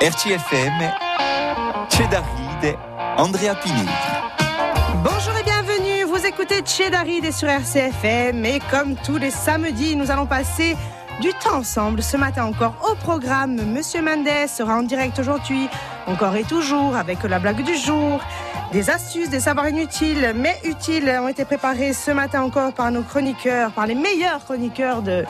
RCFM, Cedaride, Andrea Pinelli. Bonjour et bienvenue, vous écoutez Chedarid et sur RCFM et comme tous les samedis, nous allons passer du temps ensemble. Ce matin encore au programme, Monsieur Mendes sera en direct aujourd'hui, encore et toujours avec la blague du jour. Des astuces, des savoirs inutiles mais utiles ont été préparés ce matin encore par nos chroniqueurs, par les meilleurs chroniqueurs de,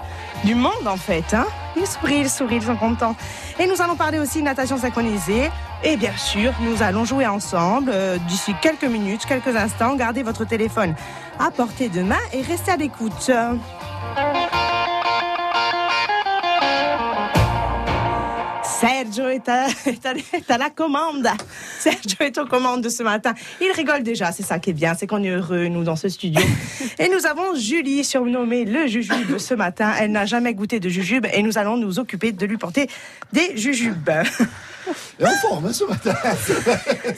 du monde en fait. Hein ils sourient, ils sourient, ils sont contents. Et nous allons parler aussi de natation synchronisée. Et bien sûr, nous allons jouer ensemble euh, d'ici quelques minutes, quelques instants. Gardez votre téléphone à portée de main et restez à l'écoute. Sergio est à, est à- est à la commande. Sergio est aux commandes de ce matin. Il rigole déjà, c'est ça qui est bien, c'est qu'on est heureux, nous, dans ce studio. Et nous avons Julie, surnommée le jujube ce matin. Elle n'a jamais goûté de jujube et nous allons nous occuper de lui porter des jujubes. Et en forme hein, ce matin.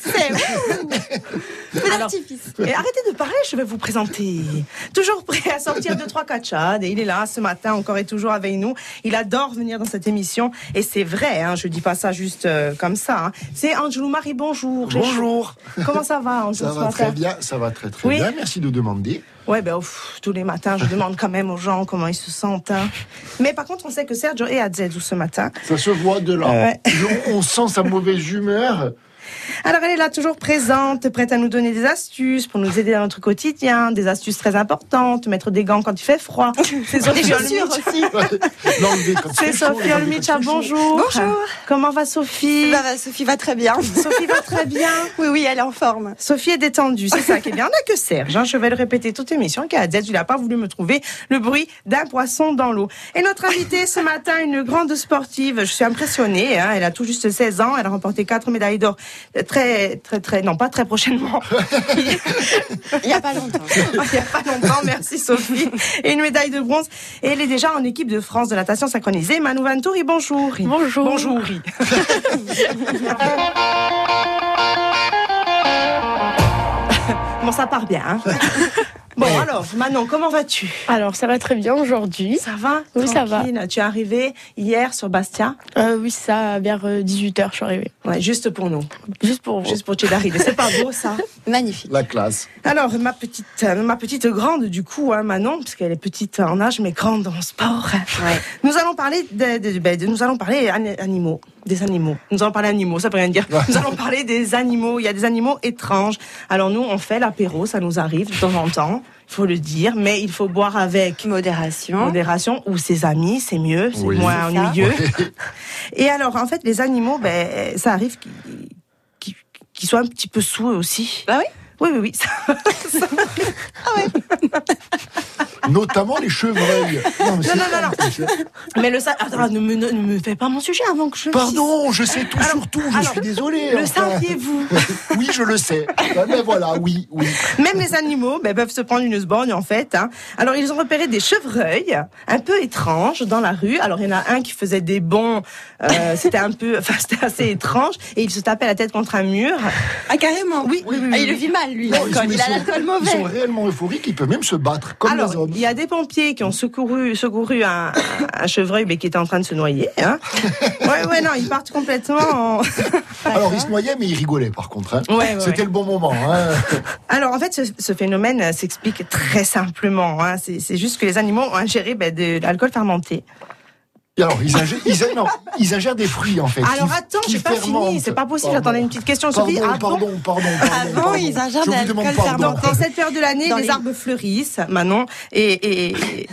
C'est Alors, et arrêtez de parler, je vais vous présenter. Toujours prêt à sortir de trois cachades. Et il est là ce matin, encore et toujours avec nous. Il adore venir dans cette émission. Et c'est vrai, hein, je dis pas ça juste euh, comme ça. hein. C'est Angelou Marie, bonjour. J'ai Bonjour. chaud. Comment ça va, Angelou Ça ce va matin très bien, ça va très très Oui. bien. Merci de demander. Ouais, ben, pff, tous les matins, je demande quand même aux gens comment ils se sentent. hein. Mais par contre, on sait que Sergio est à Zedou ce matin. Ça se voit de là. Ouais. Je- On sent sa mauvaise humeur. Alors elle est là toujours présente, prête à nous donner des astuces pour nous aider dans notre quotidien, des astuces très importantes, mettre des gants quand il fait froid. C'est Sophie Olmic. aussi. C'est Sophie Olmicha, bonjour. Bonjour. Comment va Sophie Bah, bah, Sophie va très bien. Sophie va très bien. Oui, oui, elle est en forme. Sophie est détendue, c'est ça qui est bien. On n'a que Serge, hein, je vais le répéter toute émission, car Adèle, il n'a pas voulu me trouver le bruit d'un poisson dans l'eau. Et notre invitée ce matin, une grande sportive, je suis impressionnée, hein, elle a tout juste 16 ans, elle a remporté quatre médailles d'or euh, très, très, très, non pas très prochainement, Il n'y a pas longtemps. il n'y a pas longtemps, merci Sophie, et une médaille de bronze. Et elle est déjà en équipe de France de natation synchronisée. Manu Vantouri, bonjour. Bonjour. Bonjour. bon, ça part bien. hein. Bon, alors, Manon, comment vas-tu Alors, ça va très bien aujourd'hui. Ça va Oui, ça Tranquille Tu es arrivée hier sur Bastia Euh, oui, ça, vers 18h, je suis arrivée. Ouais, juste pour nous, Juste pour vous. juste pour Tchédari. C'est pas beau, ça Magnifique. La classe. Alors, ma petite, euh, ma petite grande, du coup, hein, Manon, parce qu'elle est petite en âge, mais grande en sport. Nous allons parler de, de- ben, de- nous allons parler an- animaux, des animaux. Nous allons parler animaux, ça peut rien dire. Nous allons parler des animaux. Il y a des animaux étranges. Alors nous, on fait l'apéro, ça nous arrive de temps en temps. Il faut le dire, mais il faut boire avec Modération. modération ou ses amis, c'est mieux, c'est Oui. moins C'est ça. ennuyeux. Et alors, en fait, les animaux, ben, ça arrive qu'ils qu'ils- qu'ils soient un petit peu sous eux aussi. Ah oui Oui, oui, oui. Notamment les chevreuils. Non, mais Non, c'est- non, non, Mais le sa- Attends, ne me, ne me fais pas mon sujet avant que je. Pardon, je sais tout sur tout, je alors, suis désolé. Le enfin. saviez-vous Oui, je le sais. Ah, Mais voilà, oui, oui. Même les animaux ben, peuvent se prendre une borgne en fait. hein. Alors ils ont repéré des chevreuils un peu étranges dans la rue. Alors il y en a un qui faisait des bonds, euh, c'était un peu, enfin c'était assez étrange et il se tapait la tête contre un mur. Ah, carrément. Oui, oui, oui, Ah, il oui. le vit mal, lui. Non, l'alcool. Hmm. ils il a sont- l'alcool Ils sont mauvais. réellement euphoriques, ils peuvent même se battre comme les Alors hommes. il y a des pompiers qui ont secouru, secouru un, un chevreuil mais qui était en train de se noyer. Hein. Ouais ouais non ils partent complètement. En... Alors ils se noyaient, mais ils rigolaient par contre. hein. Ouais, ouais, ouais. C'était le bon moment. hein. Alors en fait, ce, ce phénomène euh, s'explique très simplement. hein. C'est c'est juste que les animaux ont ingéré ben, de l'alcool fermenté. Et Alors, ils ingèrent, ils, ingèrent- non, ils ingèrent des fruits, en fait. Alors qui- attends, qui j'ai pas fini, fermentent. c'est pas possible. Pardon. J'attendais une petite question, Pardon, Sophie. Ah bon pardon, pardon, pardon, Avant, pardon. ils ingèrent Je de vous l'alcool demande pardon. Donc, en cette période de l'année, Dans les les- arbres fleurissent, Manon, et et- et-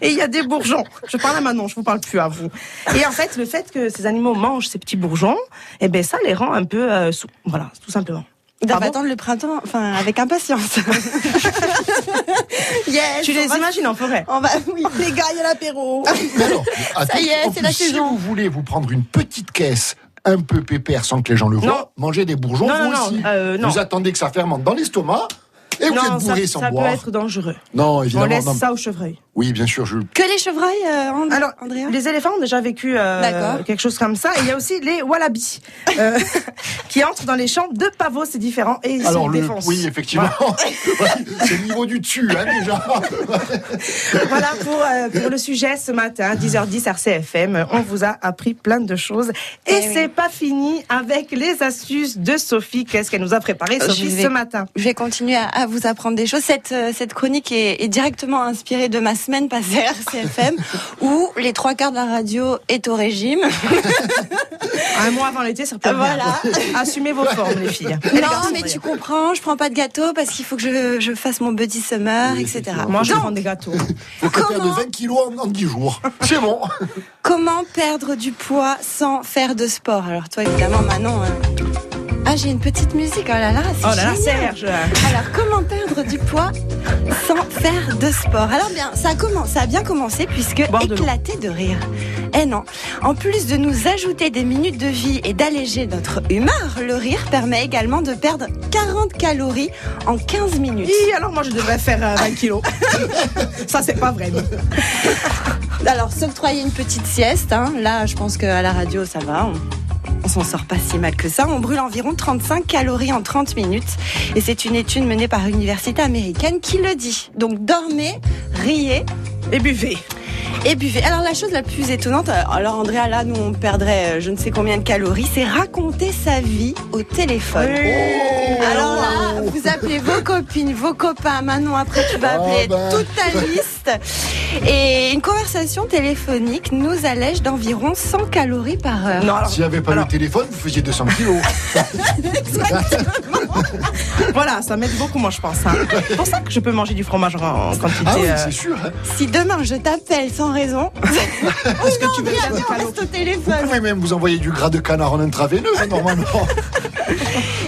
et il y a des bourgeons. Je parle à Manon, je vous parle plus à vous. Et en fait, le fait que ces animaux mangent ces petits bourgeons, eh ben ça les rend un peu euh, sous. Voilà, tout simplement. Ils doivent Pardon attendre le printemps, enfin, avec impatience. yes. Tu les on va- imagines en forêt On va, oui, les gars, il y a l'apéro. Mais alors, attends, y est, en c'est plus, la Si saison. vous voulez vous prendre une petite caisse un peu pépère sans que les gens le Non. voient, mangez des bourgeons Non, vous non, non, aussi. euh, non. Vous attendez que ça fermente dans l'estomac et vous êtes ça, bourré sans ça peut boire. être dangereux. Non, On évidemment. laisse non. ça aux chevreuils. Oui, bien sûr, Jules. Que les chevreuils, euh, And- Alors, Andrea Les éléphants ont déjà vécu euh, D'accord. quelque chose comme ça. Et il y a aussi les wallabies euh, qui entrent dans les champs de pavots, c'est différent. Et ils Alors, se le, défoncent. oui, effectivement. Ouais, c'est le niveau du dessus, hein, déjà. Voilà pour, euh, pour le sujet ce matin, 10h10 RCFM. On vous a appris plein de choses. Eh Et oui. c'est pas fini avec les astuces de Sophie. Qu'est-ce qu'elle nous a préparé, Euh, Sophie, j'y vais. ce matin Je vais continuer à, à vous apprendre des choses. Cette, euh, cette chronique est, est directement inspirée de ma semaine passée à RCFM, où les trois quarts de la radio est au régime. Un mois avant l'été, ça peut Voilà. Assumez vos formes, les filles. Et les garçons, Non, mais d'ailleurs. tu comprends, je prends pas de gâteau parce qu'il faut que je, je fasse mon buddy summer, Oui, etc. effectivement. Moi, je Donc, prends des gâteaux. Faut que faire de Comment 20 kilos en, en 10 jours. C'est bon. comment perdre du poids sans faire de sport Alors toi, évidemment, Manon... euh, Ah, j'ai une petite musique, oh là là, c'est hein. Oh là là, génial. Serge Alors, comment perdre du poids sans faire de sport Alors bien, ça commence, ça a bien commencé puisque Boire de l'eau. éclater de rire. Eh non, en plus de nous ajouter des minutes de vie et d'alléger notre humeur, le rire permet également de perdre 40 calories en 15 minutes. Hi, alors moi, je devrais faire euh, 20 kilos. ça, c'est pas vrai. mais- Alors, s'octroyer une petite sieste, hein. là, je pense qu'à la radio, ça va. On... on s'en sort pas si mal que ça. On brûle environ 35 calories en 30 minutes. Et c'est une étude menée par l'université américaine qui le dit. Donc, dormez, riez Et buvez. et buvez. Alors, la chose la plus étonnante, euh, alors, Andrea, là, nous, on perdrait euh, je ne sais combien de calories, c'est raconter sa vie au téléphone. Alors là, vous appelez vos copines, vos copains. Manon, après, tu vas Ah appeler ben. toute ta liste. Et une conversation téléphonique nous allège d'environ 100 calories par heure. Non, alors, S'il n'y avait pas Alors- le téléphone, vous faisiez 200 kilos. voilà, ça m'aide beaucoup, moi, je pense. hein. C'est pour ça que je peux manger du fromage en en quantité. Ah oui, euh, c'est sûr. hein. Si demain je t'appelle sans raison, parce que tu veux faire des on calories. reste au Vous téléphone. pouvez même vous envoyer du gras de canard en intraveineux, hein, normalement.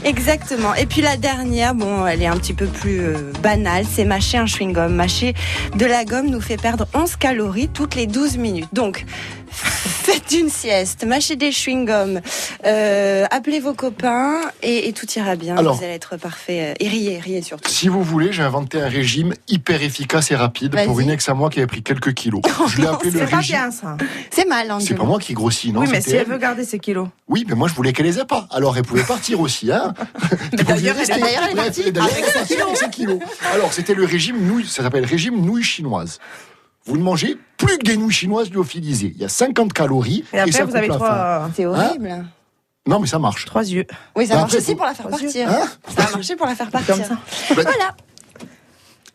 Exactement. Et puis la dernière, bon, elle est un petit peu plus euh, banale, c'est mâcher un chewing-gum. Mâcher de la gomme nous fait perdre 11 calories toutes les 12 minutes. Donc, faites une sieste, mâchez des chewing-gums, euh, appelez vos copains et, et tout ira bien. Alors. Vous allez être parfait. euh, Et riez, riez surtout. Si vous voulez, j'ai inventé un régime hyper efficace et rapide Vas-y. pour une ex à moi qui avait pris quelques kilos. Je l'ai appelé le C'est pas régime. bien, ça. C'est mal, C'est Angelo. pas moi qui grossis, non oui, mais c'était si elle elle. veut garder ses kilos. Oui, mais moi je voulais qu'elle les ait pas. Alors elle pouvait partir aussi, hein. mais d'ailleurs, elle- Ah, d'ailleurs, elle est partie avec ses kilos. Alors c'était le régime nouilles, ça s'appelle régime nouilles chinoises. Vous ne mangez plus que des nouilles chinoises lyophilisées. Il y a 50 calories Et et, après, ça vous coupe avez la faim. Hein trois, euh, Ah, Hein C'est horrible. Non, mais ça marche. trois yeux. Oui, ça Bah, marche après, aussi vous- pour la faire Vas-y. partir. Hein Bah, ça a marché pour la faire partir. Comme ça. Voilà. Eh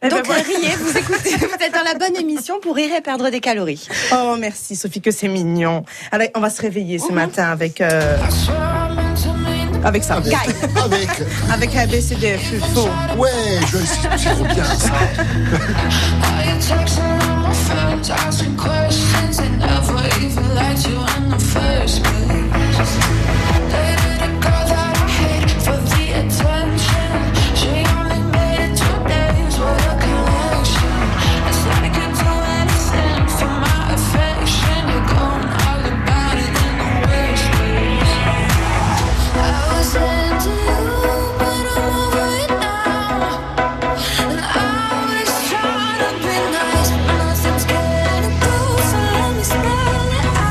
ben Donc, voilà. riez, vous écoutez, vous êtes dans la bonne émission pour rire et perdre des calories. Oh, merci Sophie, que c'est mignon. Allez, on va se réveiller Mhm. ce matin avec. euh, Avec ça. Avec, avec. Avec ABCD, faux. Ouais, je c'est c'est trop bien ça. Are you texting all my Hein friends, asking questions? They never even liked you in the first place. Dated a girl that I hate for the attention. She only made it two days with a connection. It's like you do anything for my affection. You're going all about it in the worst ways. I was into you, but I'm over it now. And I was trying to be nice, but nothing's getting through. So let me spell it out.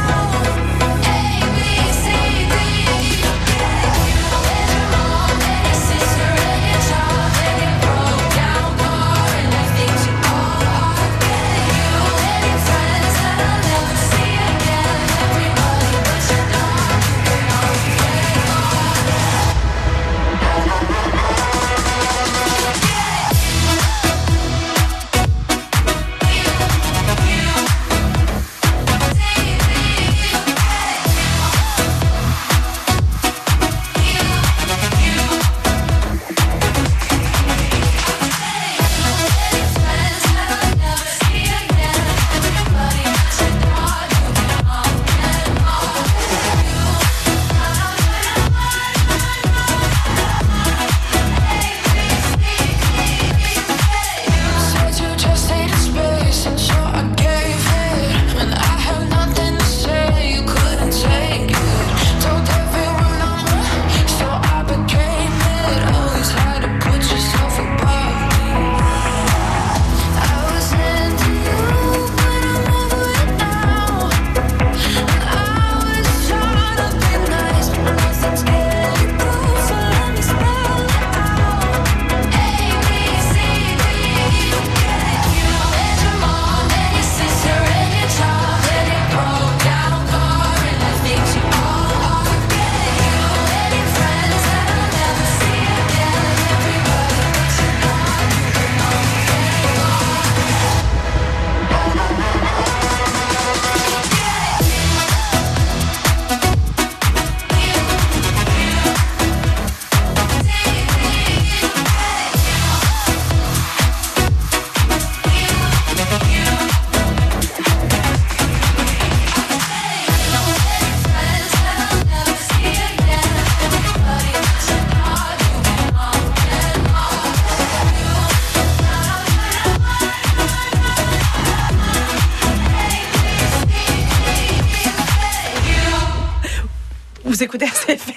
Vous écoutez RCFM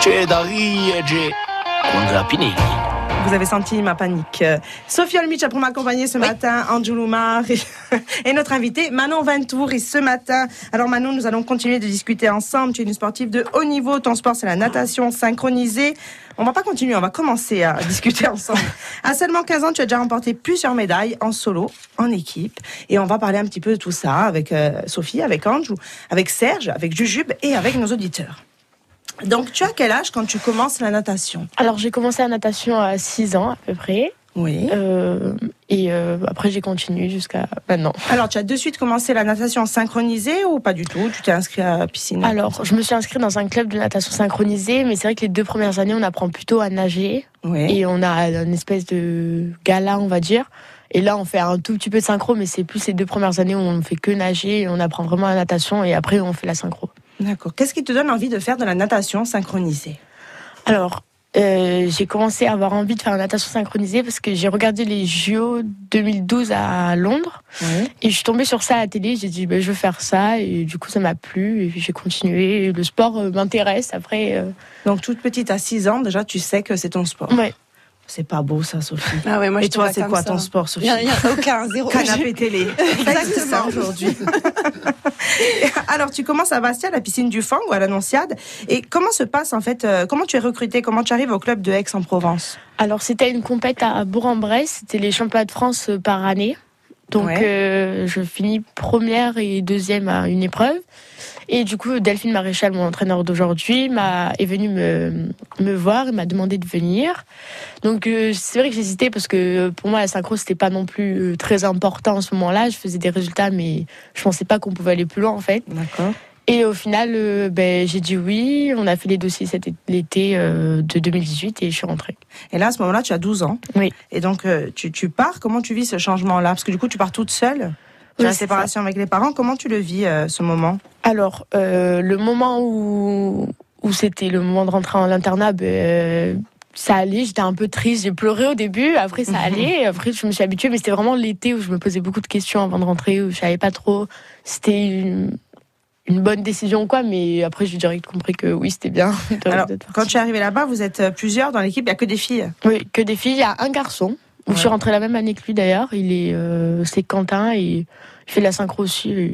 C'è da riege con Rapinelli. Vous avez senti ma panique. Euh, Sophie Olmich a pour m'accompagner ce matin, Anjouloumar et notre invité Manon Ventour. Et ce matin, alors Manon, nous allons continuer de discuter ensemble. Tu es une sportive de haut niveau. Ton sport, c'est la natation synchronisée. On va pas continuer, on va commencer à discuter ensemble. À seulement 15 ans, tu as déjà remporté plusieurs médailles en solo, en équipe. Et on va parler un petit peu de tout ça avec euh, Sophie, avec Anjou, avec Serge, avec Jujube et avec nos auditeurs. Donc, tu as quel âge quand tu commences la natation Alors j'ai commencé la natation à 6 ans à peu près. Oui. Euh, et euh, après j'ai continué jusqu'à maintenant. Alors, tu as de suite commencé la natation synchronisée ou pas du tout Tu t'es inscrit à la piscine Alors je me suis inscrite dans un club de natation synchronisée, mais c'est vrai que les deux premières années on apprend plutôt à nager Oui. et on a un espèce de gala on va dire. Et là on fait un tout petit peu de synchro, mais c'est plus les deux premières années où on ne fait que nager et on apprend vraiment la natation et après on fait la synchro. D'accord. Qu'est-ce qui te donne envie de faire de la natation synchronisée Alors, euh, j'ai commencé à avoir envie de faire la natation synchronisée parce que j'ai regardé les JO 2012 à Londres Oui. et je suis tombée sur ça à la télé. J'ai dit, ben, je veux faire ça et du coup, ça m'a plu et puis j'ai continué. Et Le sport euh, m'intéresse après. euh, Donc, toute petite, à 6 ans, déjà, tu sais que c'est ton sport. Ouais. C'est pas beau, ça, Sophie. Ah ouais, moi Et toi, c'est quoi ton sport, Sophie Il n'y a aucun, zéro. Canapé télé. Exactement. aujourd'hui. Alors, tu commences à Bastia, à la piscine du Fang ou à l'Annonciade. Et comment se passe, en fait, euh, comment tu es recrutée Comment tu arrives au club de Aix-en-Provence Alors, c'était une compète à Bourg-en-Bresse. C'était les championnats de France euh, par année. Donc, Ouais. euh, je finis première et deuxième à une épreuve. Et du coup, Delphine Maréchal, mon entraîneur d'aujourd'hui, m'a est venue me, me voir et m'a demandé de venir. Donc, euh, c'est vrai que j'hésitais parce que euh, pour moi, la synchro, c'était pas non plus euh, très important en ce moment-là. Je faisais des résultats, mais je pensais pas qu'on pouvait aller plus loin, en fait. D'accord. Et au final, euh, ben, j'ai dit oui. On a fait les dossiers cet é- l'été euh, de 2018 et je suis rentrée. Et là, à ce moment-là, tu as 12 ans. Oui. Et donc, euh, tu, tu pars. Comment tu vis ce changement-là Parce que du coup, tu pars toute seule. Tu Oui, as la c'est séparation avec les parents. Comment tu le vis, euh, ce moment Alors, euh, le moment où, où c'était le moment de rentrer en internat, ben, euh, ça allait, j'étais un peu triste, j'ai pleuré au début, après Mhm. ça allait, après je me suis habituée, mais c'était vraiment l'été où je me posais beaucoup de questions avant de rentrer, où je savais pas trop, c'était une, une bonne décision ou quoi, mais après j'ai direct compris que oui, c'était bien. de- Alors, d'être quand partie. tu es arrivée là-bas, vous êtes euh, plusieurs dans l'équipe. Il n'y a que des filles. Oui, que des filles, il y a un garçon, où je suis Ouais. rentrée la même année que lui d'ailleurs, il est, euh, c'est Quentin, et il fait de la synchro aussi euh,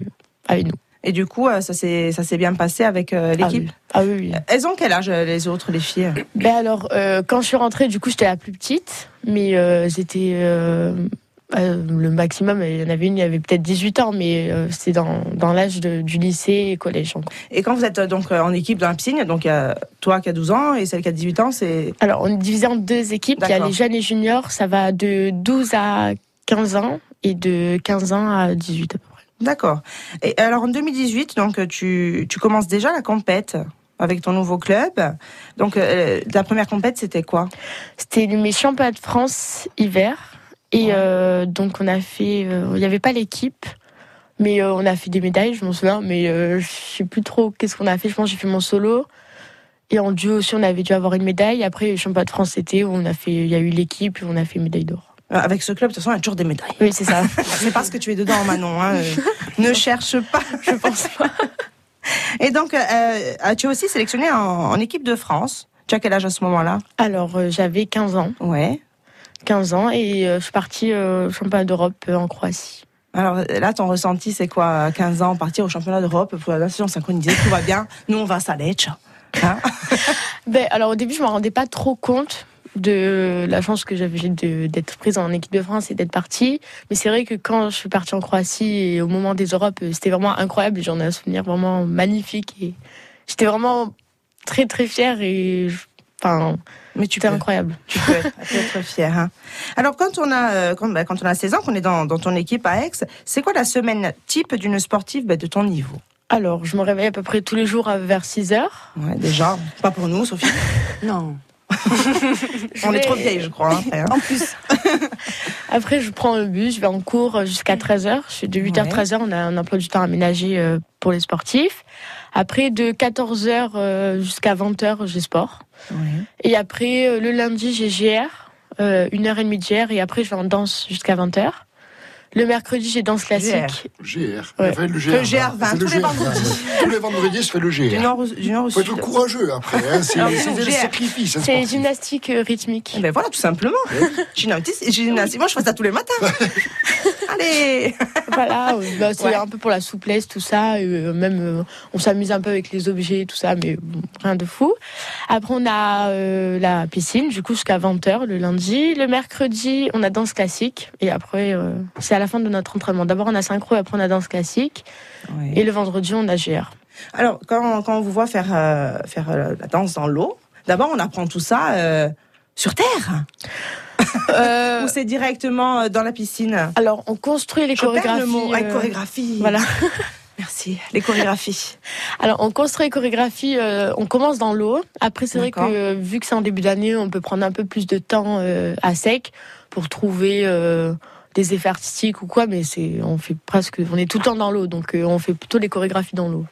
avec nous. Et du coup, euh, ça s'est ça s'est bien passé avec euh, Ah l'équipe. oui. Ah oui, oui. Elles ont quel âge, euh, les autres, les filles Ben alors, euh, quand je suis rentrée, du coup, j'étais la plus petite, mais euh, j'étais euh, euh, le maximum. Il y en avait une, il y avait peut-être 18 ans, mais euh, c'est dans, dans l'âge de- du lycée et collège. encore. Et quand vous êtes euh, donc euh, en équipe dans la piscine, donc il y a toi qui as 12 ans et celle qui a 18 ans, c'est. Alors, on est divisé en deux équipes. Il y a D'accord. les jeunes et juniors, ça va de 12 à 15 ans et de 15 ans à 18 à peu près. D'accord. Et alors en 2018, donc euh, tu, tu commences déjà la compète avec ton nouveau club. Donc euh, la première compète, c'était quoi C'était mes championnats de France hiver. Et euh, donc, on a fait. euh, Il n'y avait pas l'équipe. Mais euh, on a fait des médailles, je m'en souviens, mais euh, je sais plus trop qu'est-ce qu'on a fait. Je pense que j'ai fait mon solo. Et en duo aussi, on avait dû avoir une médaille. Après, le championnat de France, c'était où on a fait, il y a eu l'équipe, et on a fait médaille d'or. Euh, Avec ce club, de toute façon, il y a toujours des médailles. Oui, c'est ça. C'est parce que tu es dedans, Manon. hein, euh, ne cherche pas. je pense pas. Et donc, euh, euh, tu es aussi sélectionné en, en équipe de France. Tu as quel âge à ce moment-là Alors, euh, j'avais 15 ans, Ouais. 15 ans, et euh, je suis partie euh, au championnat d'Europe euh, en Croatie. Alors euh, là, ton ressenti, c'est quoi à 15 ans, partir au championnat d'Europe pour la nation synchronisée, tout va bien. Nous, on va à Salech. Hein Ben, alors, au début, je me rendais pas trop compte de la chance que j'avais de- d'être prise en équipe de France et d'être partie. Mais c'est vrai que quand je suis partie en Croatie et au moment des Europes, euh, c'était vraiment incroyable. J'en ai un souvenir vraiment magnifique et j'étais vraiment très, très fière et je- enfin, Mais tu c'était peux, incroyable. tu peux être, tu peux être fière. hein. Alors, quand on a, euh, quand, bah, quand on a 16 ans, qu'on est dans, dans ton équipe à Aix, c'est quoi la semaine type d'une sportive bah, de ton niveau Alors, je me réveillais à peu près tous les jours à- vers 6 heures. Ouais, déjà, pas pour nous, Sophie. Non. On Je est trop vais- vieilles, je crois. hein, après, hein. En plus, Après, je prends le bus, je vais en cours jusqu'à 13h. Je suis de 8h à Ouais. 13h, on a un emploi du temps aménagé euh, pour les sportifs. Après, de 14h euh, jusqu'à 20h, j'ai sport. Et après, euh, le lundi, j'ai GR, euh, une heure et demie de GR, et après, je vais en danse jusqu'à 20h. Le mercredi, j'ai danse classique. GR. Ouais. On fait le GR. Le GR20, On fait tous les GR20. vendredis. Tous les vendredis, je fais le Du GR. nord au, du nord au Faut sud. être courageux après. hein, C'est Alors, c'est le des GR. sacrifices. hein, C'est sportifs. gymnastique euh, rythmique. Eh ben voilà, tout simplement. Gymnastique, gymnastique. Moi, je fais ça tous les matins. Allez Voilà, euh, bah, c'est Ouais. un peu pour la souplesse, tout ça. et, euh, même, euh, on s'amuse un peu avec les objets, tout ça, mais bon, rien de fou. Après, on a euh, la piscine, du coup, jusqu'à 20h le lundi. Le mercredi, on a danse classique. Et après, euh, c'est à la fin de notre entraînement. D'abord, on a synchro, et après, on a danse classique. Et le vendredi, on a GR. Alors, quand, quand on vous voit faire, euh, faire euh, la danse dans l'eau, d'abord, on apprend tout ça euh, sur Terre Euh, Ou c'est directement euh, dans la piscine alors, on construit les Je perds chorégraphies. le mot. Ouais, euh, chorégraphie. Voilà. Merci. Les chorégraphies. Alors, on construit les chorégraphies, euh, on commence dans l'eau. Après, c'est vrai que D'accord. euh, vu que c'est en début d'année, on peut prendre un peu plus de temps euh, à sec pour trouver euh, des effets artistiques ou quoi, mais c'est, on fait presque, on est tout le temps dans l'eau, donc euh, on fait plutôt les chorégraphies dans l'eau.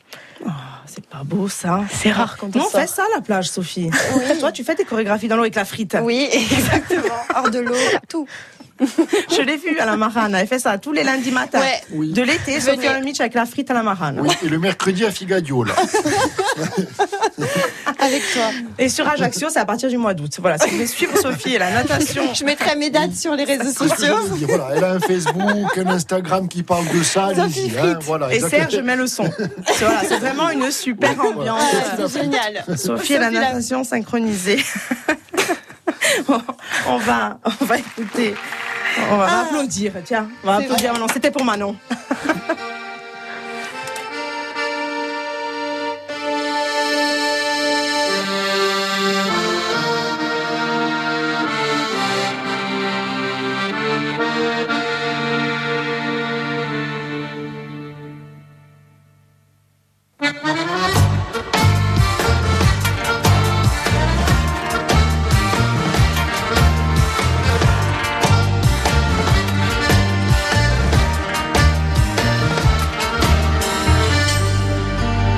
Ah, c'est pas beau, ça. C'est rare quand on Non, on sort. fait ça à la plage, Sophie. Toi, tu fais tes chorégraphies dans l'eau avec la frite. Oui, exactement. Hors de l'eau, tout. Je l'ai vu à la marane. Elle fait ça tous les lundis matins. Ouais. Oui. De l'été, Sophie Venez. Mitch avec la frite à la marane. Oui, et le mercredi à Figadio, là. Avec toi. Et sur Ajaccio, c'est à partir du mois d'août. Voilà, si vous voulez suivre Sophie et la natation. Je mettrai mes dates sur les réseaux C'est ce que je sociaux. veux vous dire, Voilà, elle a un Facebook, un Instagram qui parle de ça. Allez-y. hein, voilà, Et exactement. Serge met le son. C'est voilà, c'est vraiment une super ambiance. C'est génial. Sophie Sophie et la la- natation synchronisée. Bon, on va, on va écouter. On va Ah. applaudir. Tiens, on va C'est applaudir Manon. C'était pour Manon.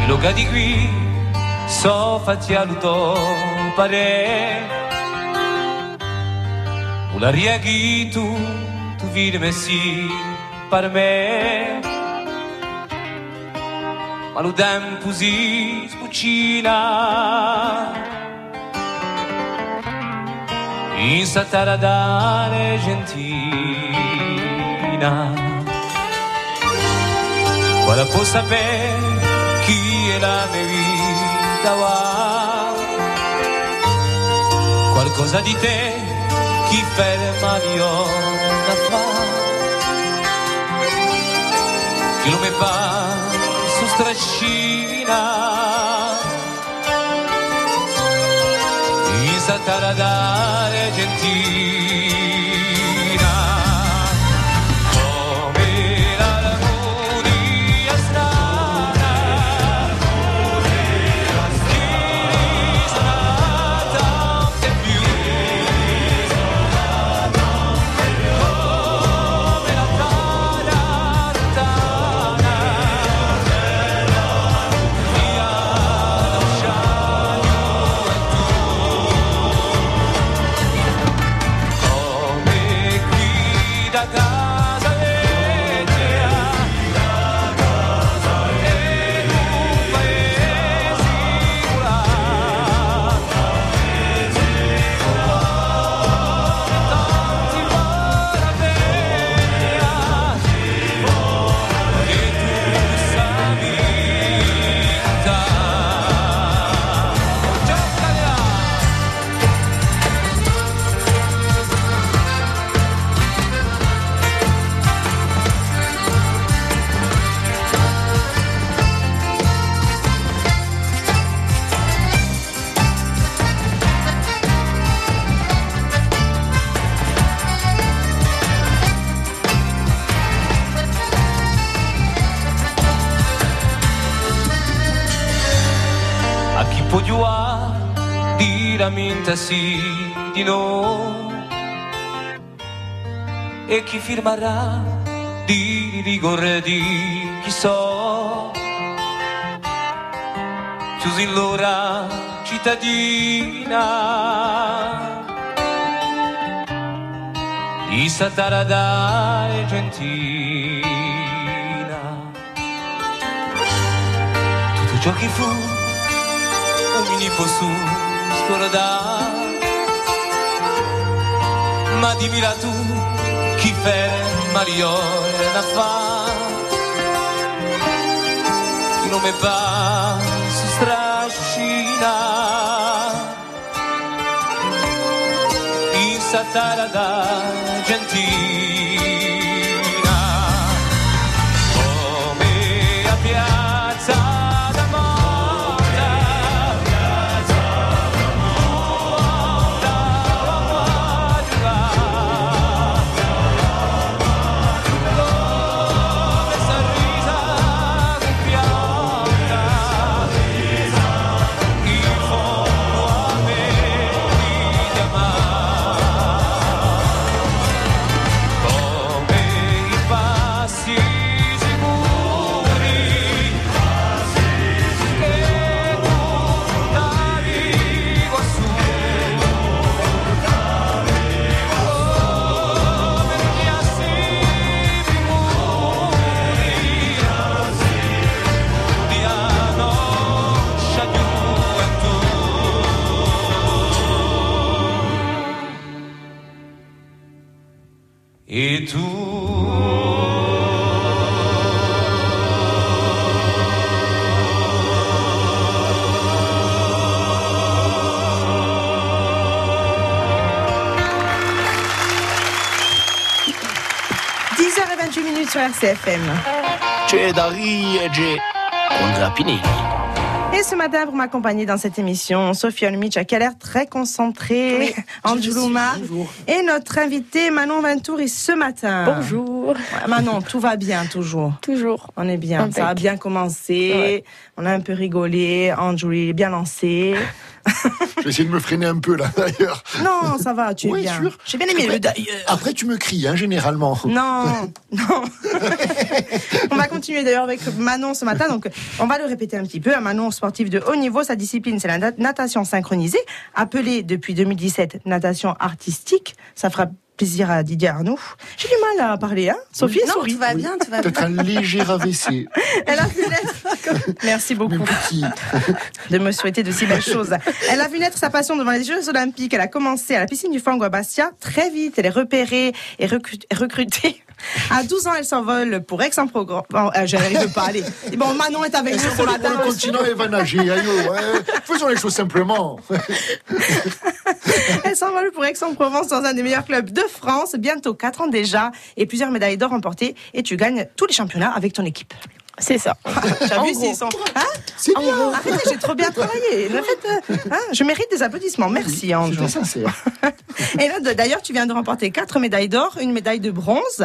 I locati qui so fatti a luto pare Una rieghi tu, tu vide messi per me Ma lo tempo si spuccina In satara dare gentina Guarda può sapere chi è la mia vita va. Qualcosa di te chi ferma da fa Chi non mi fa su strascina In satara dare gentina come l'armonia strana, che risuona tanto più, come la tana lontana, via l'oceano e tu, come qui da casa legea, A chi può giuà di lamentarsi di no? E chi firmerà di rigore di chi so? Chiusi l'ora cittadina di Lisa tarada e gentina. Tutto ciò che fu, omini posso scordare. Ma dimmi la tu, chi ferma gli ore da fare? Chi non mi va, si strascina. in satarada gentina come a piazza da moda come sorrisa che pianta in fondo a me mi chiamava come i passi sicuri che portavi quassù come gli assi muri di anoscia gioventù e tu minutes sur RCFM. C'è da riege con Rapinelli. Et ce matin, pour m'accompagner dans cette émission, Sophie Olmich a l'air très concentrée, Anjoulouma, et notre invitée Manon Venturi ce matin. Bonjour. Ouais, Manon, tout va bien toujours Toujours. on est bien, Impec. ça a bien commencé, Ouais. on a un peu rigolé, Andrew il est bien lancé. Je vais essayer de me freiner un peu, là, d'ailleurs. Ah, Non, ça va, tu es Oui, bien. sûr. J'ai bien aimé le bah, d'ailleurs. Après, tu me cries, hein, généralement. Non, non. on va continuer d'ailleurs avec Manon ce matin. Donc, on va le répéter un petit peu. Un Manon, sportif de haut niveau, sa discipline, c'est la nat- natation synchronisée, appelée depuis 2017 natation artistique. Ça fera plaisir à Didier Arnoux. J'ai du mal à parler, hein Sophie non, sourit. tout va bien, tout va bien. Peut-être un léger AVC, Elle a une lettre. Merci mais beaucoup. petit. de me souhaiter de si belles choses. Elle a vu naître sa passion devant les Jeux Olympiques. Elle a commencé à la piscine du Fango à Bastia. Très vite, elle est repérée et recu- recrutée. À 12 ans, elle s'envole pour Aix-en-Provence. Bon, euh, j'arrive pas à aller. Et Bon, Manon est avec nous ce Pour matin. le continent, elle va nager. aïe, oh, hein. Faisons les choses simplement. Elle s'envole pour Aix-en-Provence dans un des meilleurs clubs de France. Bientôt 4 ans déjà et plusieurs médailles d'or remportées. Et tu gagnes tous les championnats avec ton équipe. C'est ça. T'as En vu gros. s'ils sont... Hein C'est En bien. gros. Arrêtez, j'ai trop bien travaillé. Ne faites, euh, hein, je mérite des applaudissements. Merci, Ange. C'était sincère. Et là, de- d'ailleurs, tu viens de remporter quatre médailles d'or, une médaille de bronze,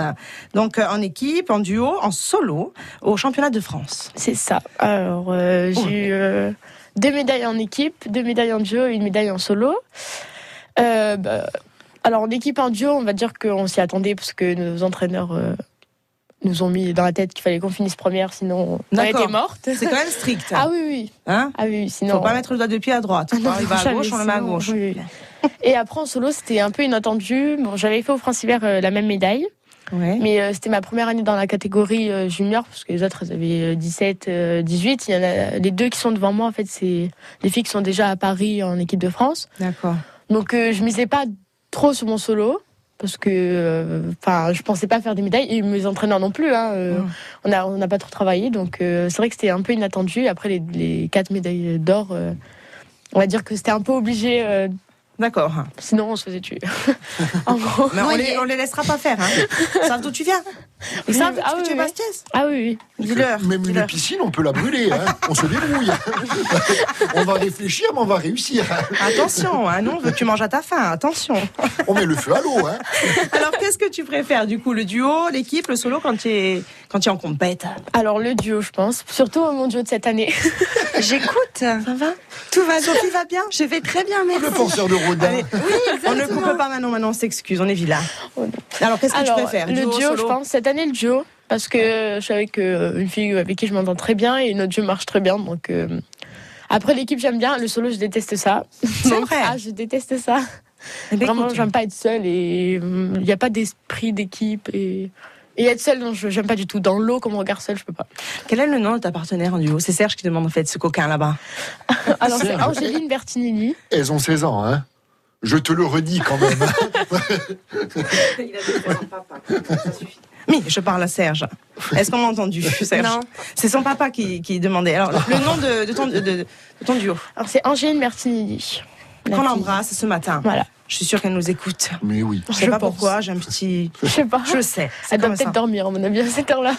donc euh, en équipe, en duo, en solo, au championnat de France. C'est ça. Alors, euh, j'ai eu euh, deux médailles en équipe, deux médailles en duo et une médaille en solo. Euh, bah, alors, en équipe en duo, on va dire qu'on s'y attendait parce que nos entraîneurs euh, nous ont mis dans la tête qu'il fallait qu'on finisse première, sinon on D'accord. était morte. C'est quand même strict. Ah oui, oui. Hein Ah oui, oui, sinon. Faut pas mettre le doigt de pied à droite. Ah On non, arrive à jamais, gauche, on le met à sinon, gauche. oui, oui. Et après en solo, c'était un peu inattendu. Bon, j'avais fait au Francivert euh, la même médaille, Ouais. mais euh, c'était ma première année dans la catégorie euh, junior parce que les autres elles avaient euh, 17, euh, 18. Il y en a les deux qui sont devant moi en fait, c'est les filles qui sont déjà à Paris en équipe de France. D'accord. Donc euh, je misais pas trop sur mon solo. Parce que, euh, enfin, je pensais pas faire des médailles et mes entraîneurs non plus. hein, euh, Mm. On a, on n'a pas trop travaillé, donc euh, c'est vrai que c'était un peu inattendu. Après les, les quatre médailles d'or, euh, on va dire que c'était un peu obligé euh, D'accord. Sinon, on se faisait tuer. en gros. Mais on, Oui, les, et- on les laissera pas faire. Hein. Ils savent d'où tu viens. Ils savent- savent ah que tu oui, es oui. Bastiaise. Ah oui, oui. Dis-leur. Même une dis-leur. piscine, on peut la brûler. hein. On se débrouille. On va réfléchir, mais on va réussir. Attention, hein, non, tu manges à ta faim. Attention. On met le feu à l'eau. hein. Alors, qu'est-ce que tu préfères du coup, le duo, l'équipe, le solo quand tu es quand tu es en compète Alors, le duo, je pense. Surtout au mon duo de cette année. J'écoute. Ça va Tout va bien. Sophie va bien Je vais très bien, merci. Le forceur de Rodin. Allez, on ne coupe pas Manon, Manon on s'excuse, on est vilain. Oh non. Alors qu'est-ce que Alors, tu préfères le duo, solo je pense. Cette année, le duo. Parce que euh, je suis avec euh, une fille avec qui je m'entends très bien et notre duo marche très bien. Donc, euh, Après, l'équipe, j'aime bien. Le solo, je déteste ça. C'est vrai. Ah, je déteste ça. Eh ben, Vraiment, écoute, j'aime pas être seule et hum, il n'y a pas d'esprit d'équipe et. Et être seule, non, je- j'aime pas du tout. Dans l'eau, comme on regarde seul, je peux pas. Quel est le nom de ta partenaire en duo C'est Serge qui demande en fait ce coquin là-bas. Alors, c'est Angéline Bertinelli. Elles ont 16 ans, hein. Je te le redis quand même. Oui, je parle à Serge. Est-ce qu'on m'a entendu, Serge Non. C'est son papa qui, qui demandait. Alors, le nom de, de ton, de- de ton duo, Alors, c'est Angéline Bertinelli. La qu'on fille. l'embrasse ce matin. Voilà. Je suis sûre qu'elle nous écoute. Mais oui. Je sais Je pas pense. pourquoi, j'ai un petit. Je sais pas. Je sais, c'est Elle doit comme peut-être ça. dormir, à mon avis, à cette heure-là.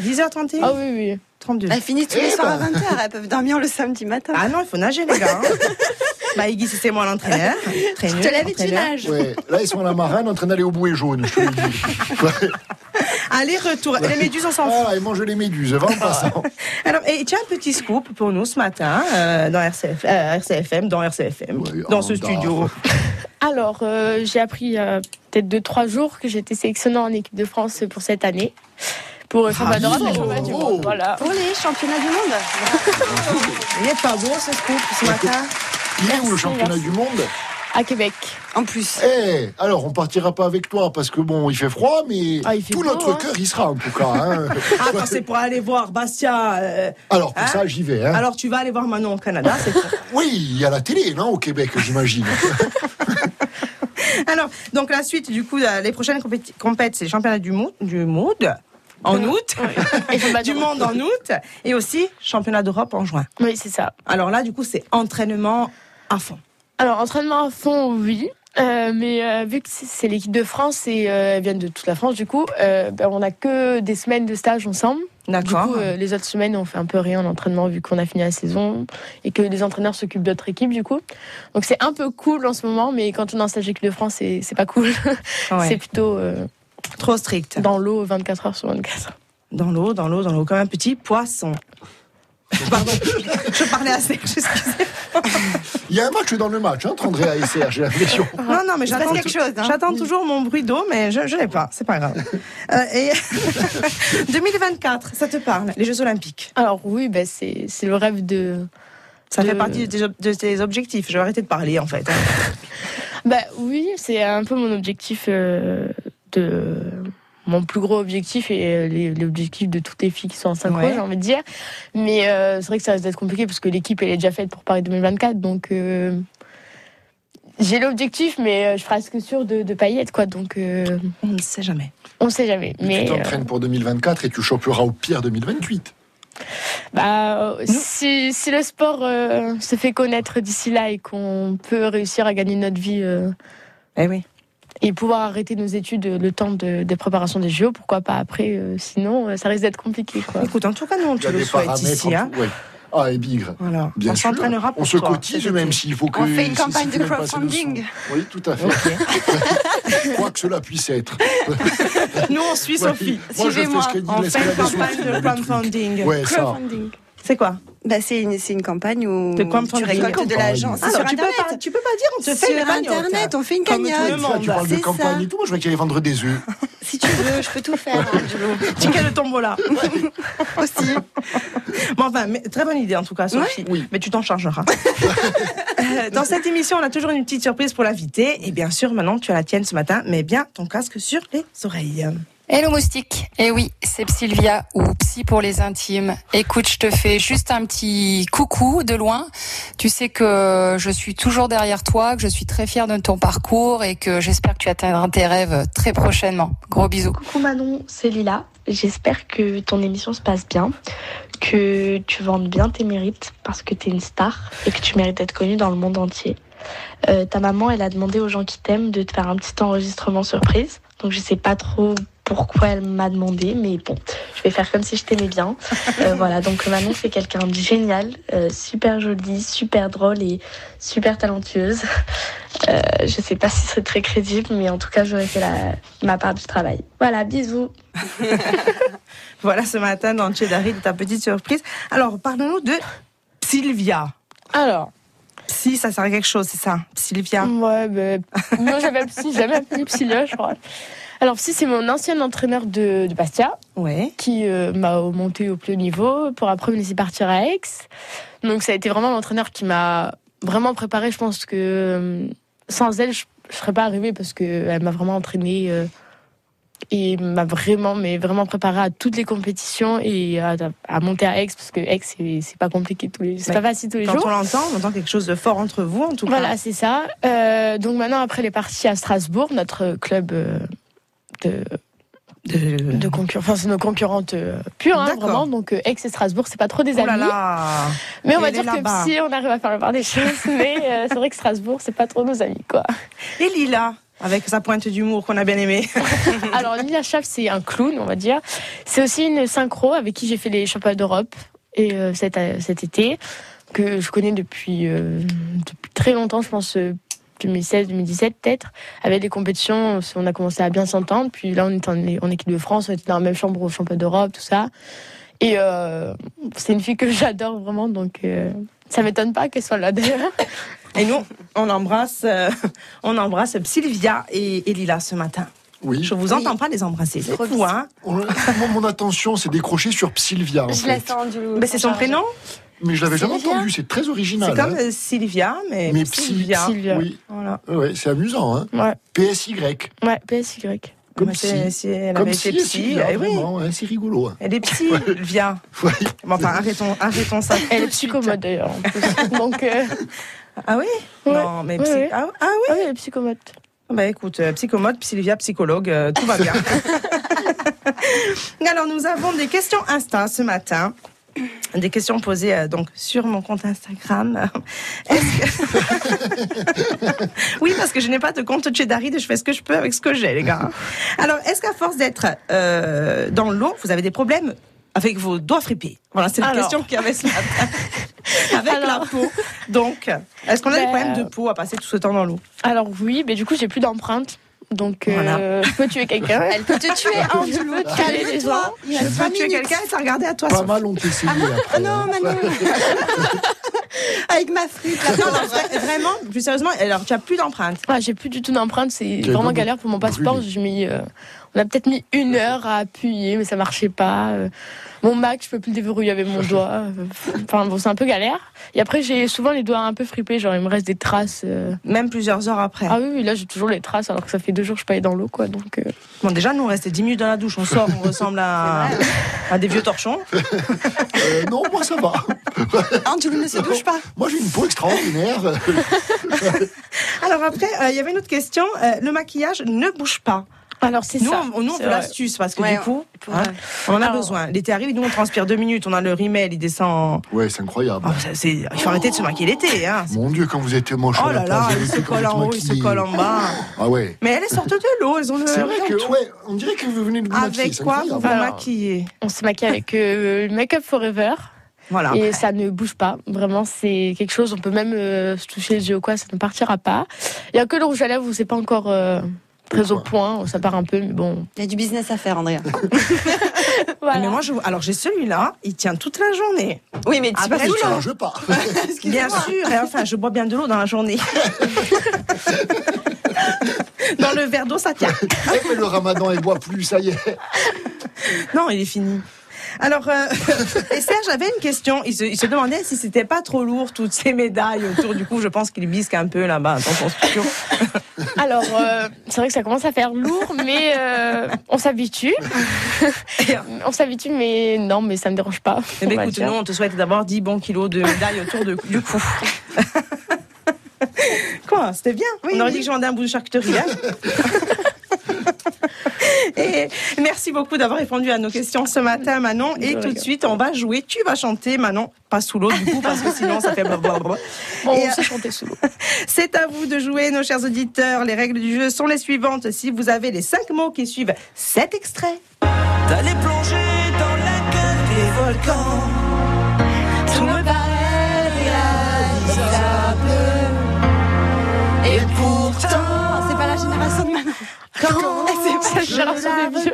10h31 Ah oui, oui. 32. Elles finissent Eh tous les soirs ben. à 20h, elles peuvent dormir le samedi matin. Ah non, il faut nager, les gars. hein. bah, Iggy, c'était moi l'entraîneur. Très je nul, te l'avais dit, entraîneur. nage. Ouais. Là, ils sont à la marraine en train d'aller au bouet jaune, je te le dis. Ouais. Allez, retour. Les méduses, on s'en fout. Voilà, ils mangent les méduses, va en passant. Alors, et tu as un petit scoop pour nous ce matin euh, dans RCF, euh, RCFM, dans RCFM, Ouais, dans ce en dehors. studio. Alors, euh, j'ai appris il y a peut-être 2-3 jours que j'étais sélectionnée en équipe de France pour cette année. Pour euh, championnat d'Europe et championnat du monde. Voilà. Oh. Pour les championnats du monde. Il n'est pas beau ce scoop ce matin. Il est où le Merci, championnat merci. du monde À Québec. En plus. Eh, alors on partira pas avec toi parce que bon, il fait froid, mais Ah, il fait tout beau, notre hein. cœur y sera en tout cas. hein. Ah, quand c'est pour aller voir Bastia. euh, Alors pour Hein ça, j'y vais. hein. alors, tu vas aller voir Manon au Canada. c'est tout. Oui, il y a la télé, non, au Québec, j'imagine. alors, donc la suite, du coup, euh, les prochaines compéti- compètes, c'est les championnats du, Mou- du Mood en août, Euh, Et championnat du d'Europe. monde en août, et aussi championnat d'Europe en juin. Oui, c'est ça. Alors là, du coup, c'est entraînement à fond. Alors, entraînement à fond, oui. Euh, mais euh, vu que c'est- c'est l'équipe de France et euh, elles viennent de toute la France, du coup, euh, ben, on a que des semaines de stage ensemble. Du D'accord. coup, euh, les autres semaines, on fait un peu rien en entraînement vu qu'on a fini la saison et que les entraîneurs s'occupent d'autres équipes, du coup. Donc, c'est un peu cool en ce moment, mais quand on est en stage avec le France, c'est c'est pas cool. Ouais. C'est plutôt euh, Trop strict. dans l'eau 24 heures sur 24. Dans l'eau, dans l'eau, dans l'eau, comme un petit poisson. Pardon, je parlais assez. excusez. Il y a un match dans le match, hein, entre Andrea et Serge, j'ai l'impression. Non, non, mais Il se passe j'attends quelque tou- chose, hein. J'attends toujours mon bruit d'eau, mais je ne l'ai pas. C'est pas grave. Euh, et 2024, ça te parle Les Jeux Olympiques. Alors, oui, ben, c'est c'est le rêve de. Ça fait De- partie de tes, ob- de tes objectifs. Je vais arrêter de parler en fait. hein. Bah oui, c'est un peu mon objectif euh, de mon plus gros objectif et euh, les- l'objectif de toutes les filles qui sont en synchro, Ouais. j'ai envie de dire. Mais euh, c'est vrai que ça risque d'être compliqué parce que l'équipe elle est déjà faite pour Paris 2024, donc euh, j'ai l'objectif, mais euh, je suis presque sûre de, de pas y être quoi. Donc euh, On ne sait jamais. on sait jamais. Tu Mais euh, t'entraînes pour 2024 et tu choperas au pire 2028. bah euh, si, si le sport euh, se fait connaître d'ici là et qu'on peut réussir à gagner notre vie. euh, Eh oui. et pouvoir arrêter nos études euh, le temps de, des préparations des JO, pourquoi pas après euh, Sinon, euh, ça risque d'être compliqué. Quoi. Écoute, en tout cas, nous, on Il y te a le des souhaite paramètres. ici. en hein. tout, ouais. Ah, et bigre. Voilà. Bien on sûr. s'entraînera pour On se toi. cotise cet même été. s'il faut que. On fait une s'il campagne faut de même passer crowdfunding. dessous. Oui, tout à fait. Quoi que cela puisse être. Nous, on suit Sophie. Moi, je fais Suivez-moi. ce qu'elle dit, On fait une l'escalade des campagne sauts, de le truc. crowdfunding. Ouais, ça. C'est quoi Bah, c'est une, c'est une campagne où De quoi me tu prendre récoltes une de campagne l'argent. C'est Alors, sur tu Internet. Peux pas, tu peux pas dire, on te fait une sur cagnotte. Internet, on fait une Comme tout cagnotte. le Ça, tu parles de C'est campagne ça. et tout. Moi, je vais qu'il allait vendre des œufs. Si tu veux, je peux tout faire, Angelo. Ticket de tombola. Aussi. Bon, enfin, mais très bonne idée en tout cas, Sophie. Mais tu t'en chargeras. Euh, Dans cette émission, on a toujours une petite surprise pour l'invité. Et bien sûr, maintenant, tu as la tienne ce matin, mais bien ton casque sur les oreilles. Hello moustique, eh oui, c'est Sylvia ou Psy pour les intimes. Écoute, je te fais juste un petit coucou de loin. Tu sais que je suis toujours derrière toi, que je suis très fière de ton parcours et que j'espère que tu atteindras tes rêves très prochainement. Gros bisous. Coucou Manon, c'est Lila. J'espère que ton émission se passe bien, que tu vendes bien tes mérites parce que t'es une star et que tu mérites d'être connue dans le monde entier. Euh, ta maman, elle a demandé aux gens qui t'aiment de te faire un petit enregistrement surprise. Donc je sais pas trop pourquoi elle m'a demandé, mais bon, je vais faire comme si je t'aimais bien. Euh, voilà, donc Manon, c'est quelqu'un de génial, euh, super jolie, super drôle et super talentueuse. Euh, je sais pas si c'est très crédible, mais en tout cas, j'aurais fait la, ma part du travail. Voilà, bisous. Voilà ce matin dans Chedari de ta petite surprise. Alors, parle-nous de Sylvia. Alors, Si, ça sert à quelque chose, c'est ça, Sylvia. ouais, ben, moi j'avais psy, j'avais appelé psy-là, je crois. Alors psy, c'est mon ancien entraîneur de, de Bastia Ouais. qui euh, m'a monté au plus haut niveau pour après me laisser partir à Aix. Donc ça a été vraiment l'entraîneur qui m'a vraiment préparé. Je pense que euh, sans elle, je- je serais pas arrivée parce qu'elle m'a vraiment entraînée euh, et m'a vraiment, mais vraiment préparée à toutes les compétitions et à, à monter à Aix parce que Aix, c'est- c'est pas compliqué tous les, c'est Ouais. pas facile tous les Quand jours. on l'entend, on entend quelque chose de fort entre vous, en tout cas. Voilà, c'est ça. Euh, donc maintenant, après les parties à Strasbourg, notre club euh, de, De- de concurrents, enfin c'est nos concurrentes euh, pures, hein, D'accord. vraiment. Donc euh, Aix et Strasbourg, c'est pas trop des Oh là amis. là Mais on va elle est dire là-bas. que si on arrive à faire la part des choses, mais euh, c'est vrai que Strasbourg, c'est pas trop nos amis, quoi. Et Lila, avec sa pointe d'humour qu'on a bien aimée. Alors Lila Schaff, c'est un clown, on va dire. C'est aussi une synchro avec qui j'ai fait les championnats d'Europe et euh, cet, euh, cet été que je connais depuis, euh, depuis très longtemps, je pense. euh, 2016-2017 peut-être, avec des compétitions, on a commencé à bien s'entendre, puis là on était en, en équipe de France, on était dans la même chambre aux championnats d'Europe, tout ça. Et euh, c'est une fille que j'adore vraiment, donc euh, ça m'étonne pas qu'elle soit là d'ailleurs. Et nous, on embrasse, euh, on embrasse Sylvia et, et Lila ce matin. Oui. Je vous entends pas les embrasser. C'est Trop fou, vite. hein Mon, mon attention s'est décrochée sur Sylvia. en Je fait. l'attends du Mais c'est son prénom Mais je l'avais jamais Sylvia entendu, c'est très original. C'est comme hein. euh, Sylvia, mais, Mais psy- Sylvia. Sylvia. Oui, Voilà. ouais, c'est amusant. Hein. Ouais, PSY, ouais, PSY. comme Mais si. c'est- c'est- elle Comme avait si, été et psy. ah Sylvia, eh oui. vraiment, hein, c'est rigolo. hein. Elle est psy, Sylvia. Oui. Bon, enfin, arrêtons, arrêtons ça. Elle est tout de suite. psychomode d'ailleurs. en plus. Donc, euh, Ah oui ouais. Non, mais Ouais, psy. ouais. Ah, ah oui Ah oui, elle est psychomode. Bah écoute, euh, psychomode, Sylvia, psychologue, euh, tout va bien. Alors nous avons des questions Insta ce matin. Des questions posées euh, donc sur mon compte Instagram. Est-ce que- oui, parce que je n'ai pas de compte chez Darid et je fais ce que je peux avec ce que j'ai, les gars. hein. Alors, est-ce qu'à force d'être euh, dans l'eau, vous avez des problèmes avec vos doigts fripés Voilà, Ah, c'est la Alors. question qu'il y avait ce matin. avec la Alors. peau. Donc, est-ce qu'on a des Ben, problèmes de peau à passer tout ce temps dans l'eau Alors oui, mais du coup, j'ai plus d'empreintes. Donc, euh, Voilà. je peux tuer quelqu'un. Elle peut te tuer, hein, Je peux caler les gens. Je peux tuer quelqu'un et ça regardé à toi. Pas mal ont essayé. Ah après, non, hein. Manon Avec ma frite, là. Non, non, vra- vraiment, plus sérieusement, alors tu as plus d'empreintes. Ah, j'ai plus du tout d'empreintes. C'est T'es vraiment donc galère pour mon passeport. brûlée. J'ai mis, euh, on a peut-être mis une heure à appuyer, mais ça marchait pas. Euh, Mon Mac, je peux plus le déverrouiller avec mon doigt. Euh, Enfin bon, c'est un peu galère. Et après, j'ai souvent les doigts un peu fripés. Genre, il me reste des traces. euh. Même plusieurs heures après. Ah oui, oui, là, j'ai toujours les traces, alors que ça fait deux jours que je suis pas allée dans l'eau, quoi. Donc, euh, Bon, déjà, nous, on restait 10 minutes dans la douche. On sort, on ressemble à, à des vieux torchons. Ah, Euh, non, moi ça va. Anjou ne se touche pas. Moi j'ai une peau extraordinaire. Alors après, euh, il y avait une autre question. euh, le maquillage ne bouge pas. Alors, c'est Nous, ça. on, nous, on C'est veut vrai. l'astuce parce que Ouais, du coup, pour, hein, on en a Alors- besoin. L'été arrive, nous, on transpire deux minutes. On a le rimel, il descend. Ouais, c'est incroyable. Oh, Oh, ça, c'est- Il faut arrêter de se maquiller l'été. Hein. Mon Dieu, quand vous êtes moche. Oh à la là plage, là, vous il êtes se colle en haut, il se maquillée. colle en bas. Ah ouais. Mais elles sortent de l'eau, elles ont le. C'est vrai Regarde, que, tout. ouais, on dirait que vous venez de vous maquiller, Avec c'est quoi vous vous incroyable. Alors- maquillez On se maquille avec euh, le Make Up Forever Voilà. et ça ne bouge pas. Vraiment, c'est quelque chose. On peut même euh, se toucher les yeux ou quoi, ça ne partira pas. Il n'y a que le rouge à lèvres où c'est pas encore euh, très au point. Ça part un peu, mais bon. Il y a du business à faire, Andrea. Voilà. Mais moi, je... alors j'ai celui-là, il tient toute la journée. Oui, mais tu Après, passes Vous tout ne le temps. changez pas. Bien sûr, et enfin, je bois bien de l'eau dans la journée. dans le verre d'eau, ça tient. Ouais, mais le ramadan, elle boit plus, ça y est. Non, il est fini. Alors, euh, et Serge avait une question. Il se, il se demandait si c'était pas trop lourd toutes ces médailles autour. Du coup, je pense qu'il bisque un peu là-bas dans son studio. Alors, euh, c'est vrai que ça commence à faire lourd, mais euh, on s'habitue. on s'habitue, mais non, mais ça ne me dérange pas. bah, Eh on bien, va écoute, dire. nous, on te souhaite d'abord 10 bons kilos de médailles autour de- du cou. Quoi C'était bien On aurait dit que je vendais un bout de charcuterie. hein. Et merci beaucoup d'avoir répondu à nos questions ce matin, Manon. Et tout de suite, on va jouer. Tu vas chanter, Manon, pas sous l'eau, du coup, parce que sinon, ça fait blablabla. Bon, Et, euh, on sait chanter sous l'eau. C'est à vous de jouer, nos chers auditeurs. Les règles du jeu sont les suivantes. Si vous avez les cinq mots qui suivent cet extrait, D'aller plonger dans la gueule des volcans. Tout me paraît réalisable. Et pourtant, C'est pas la génération de Manon. quand ben, C'est la génération des vieux.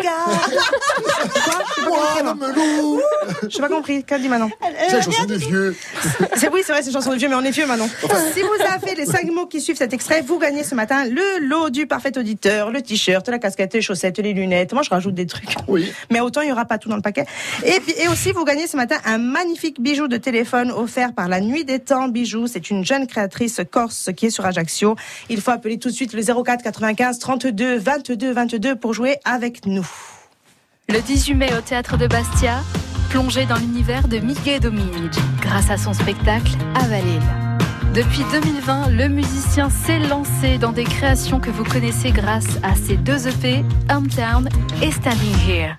Quoi Tu moi le melou hein. Je n'ai pas compris. Qu'a dit Manon C'est la chanson des vieux. C'est oui, c'est vrai, c'est une chanson de vieux, mais on est vieux maintenant. Si vous avez les cinq mots qui suivent cet extrait, vous gagnez ce matin le lot du parfait auditeur, le t-shirt, la casquette, les chaussettes, les lunettes. Moi, je rajoute des trucs. Oui. Mais autant, il n'y aura pas tout dans le paquet. Et, puis- et aussi, vous gagnez ce matin un magnifique bijou de téléphone offert par la Nuit des Temps Bijoux. C'est une jeune créatrice corse qui est sur Ajaccio. Il faut appeler tout de suite le 04 95 32 22 22 pour jouer avec nous. Le 18 mai au théâtre de Bastia, plongez dans l'univers de Miguel Dominic grâce à son spectacle Avalil. Depuis 2020, le musicien s'est lancé dans des créations que vous connaissez grâce à ses deux EP, Hometown et Standing Here.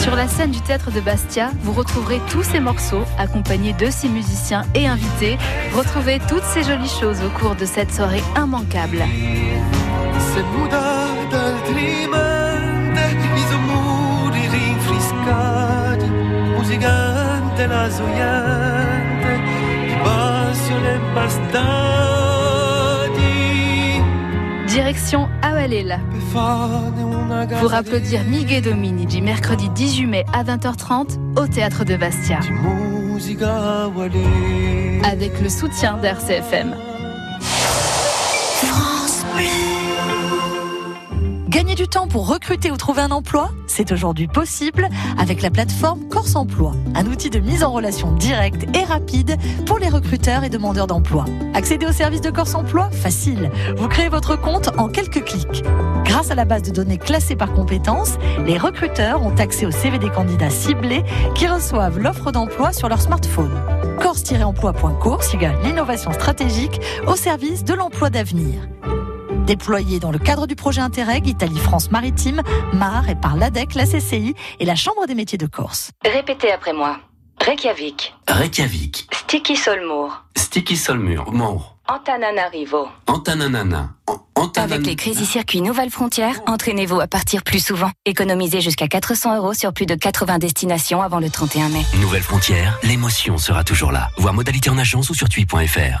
Sur la scène du théâtre de Bastia, vous retrouverez tous ces morceaux accompagnés de ses musiciens et invités. Retrouvez toutes ces jolies choses au cours de cette soirée immanquable. Se mudar dal trimante Isomuri rinfrescati Musicante la soiante Di passione bastati Direction Avalil. Per fare una gara Pour applaudir Miguel Dominici mercredi 18 mai à 20h30 au théâtre de Bastia Di musica vuole avec le soutien d'RCFM. Gagner du temps pour recruter ou trouver un emploi, c'est aujourd'hui possible avec la plateforme Corse Emploi, un outil de mise en relation directe et rapide pour les recruteurs et demandeurs d'emploi. Accéder au service de Corse Emploi Facile. Vous créez votre compte en quelques clics. Grâce à la base de données classée par compétences, les recruteurs ont accès au CV des candidats ciblés qui reçoivent l'offre d'emploi sur leur smartphone. Corse-emploi.co égale l'innovation stratégique au service de l'emploi d'avenir. Déployé dans le cadre du projet Interreg Italie-France Maritime, MAR et par l'ADEC, la CCI et la Chambre des métiers de Corse. Répétez après moi. Reykjavik, Reykjavik, Sticky Solmour, Sticky Solmur, Maur, Antananarivo. Antananana, Avec les Crazy Circuits Nouvelle Frontière, entraînez-vous à partir plus souvent. Économisez jusqu'à 400 euros sur plus de 80 destinations avant le 31 mai. Nouvelle frontière, l'émotion sera toujours là. Voir modalité en agence ou sur tui.fr.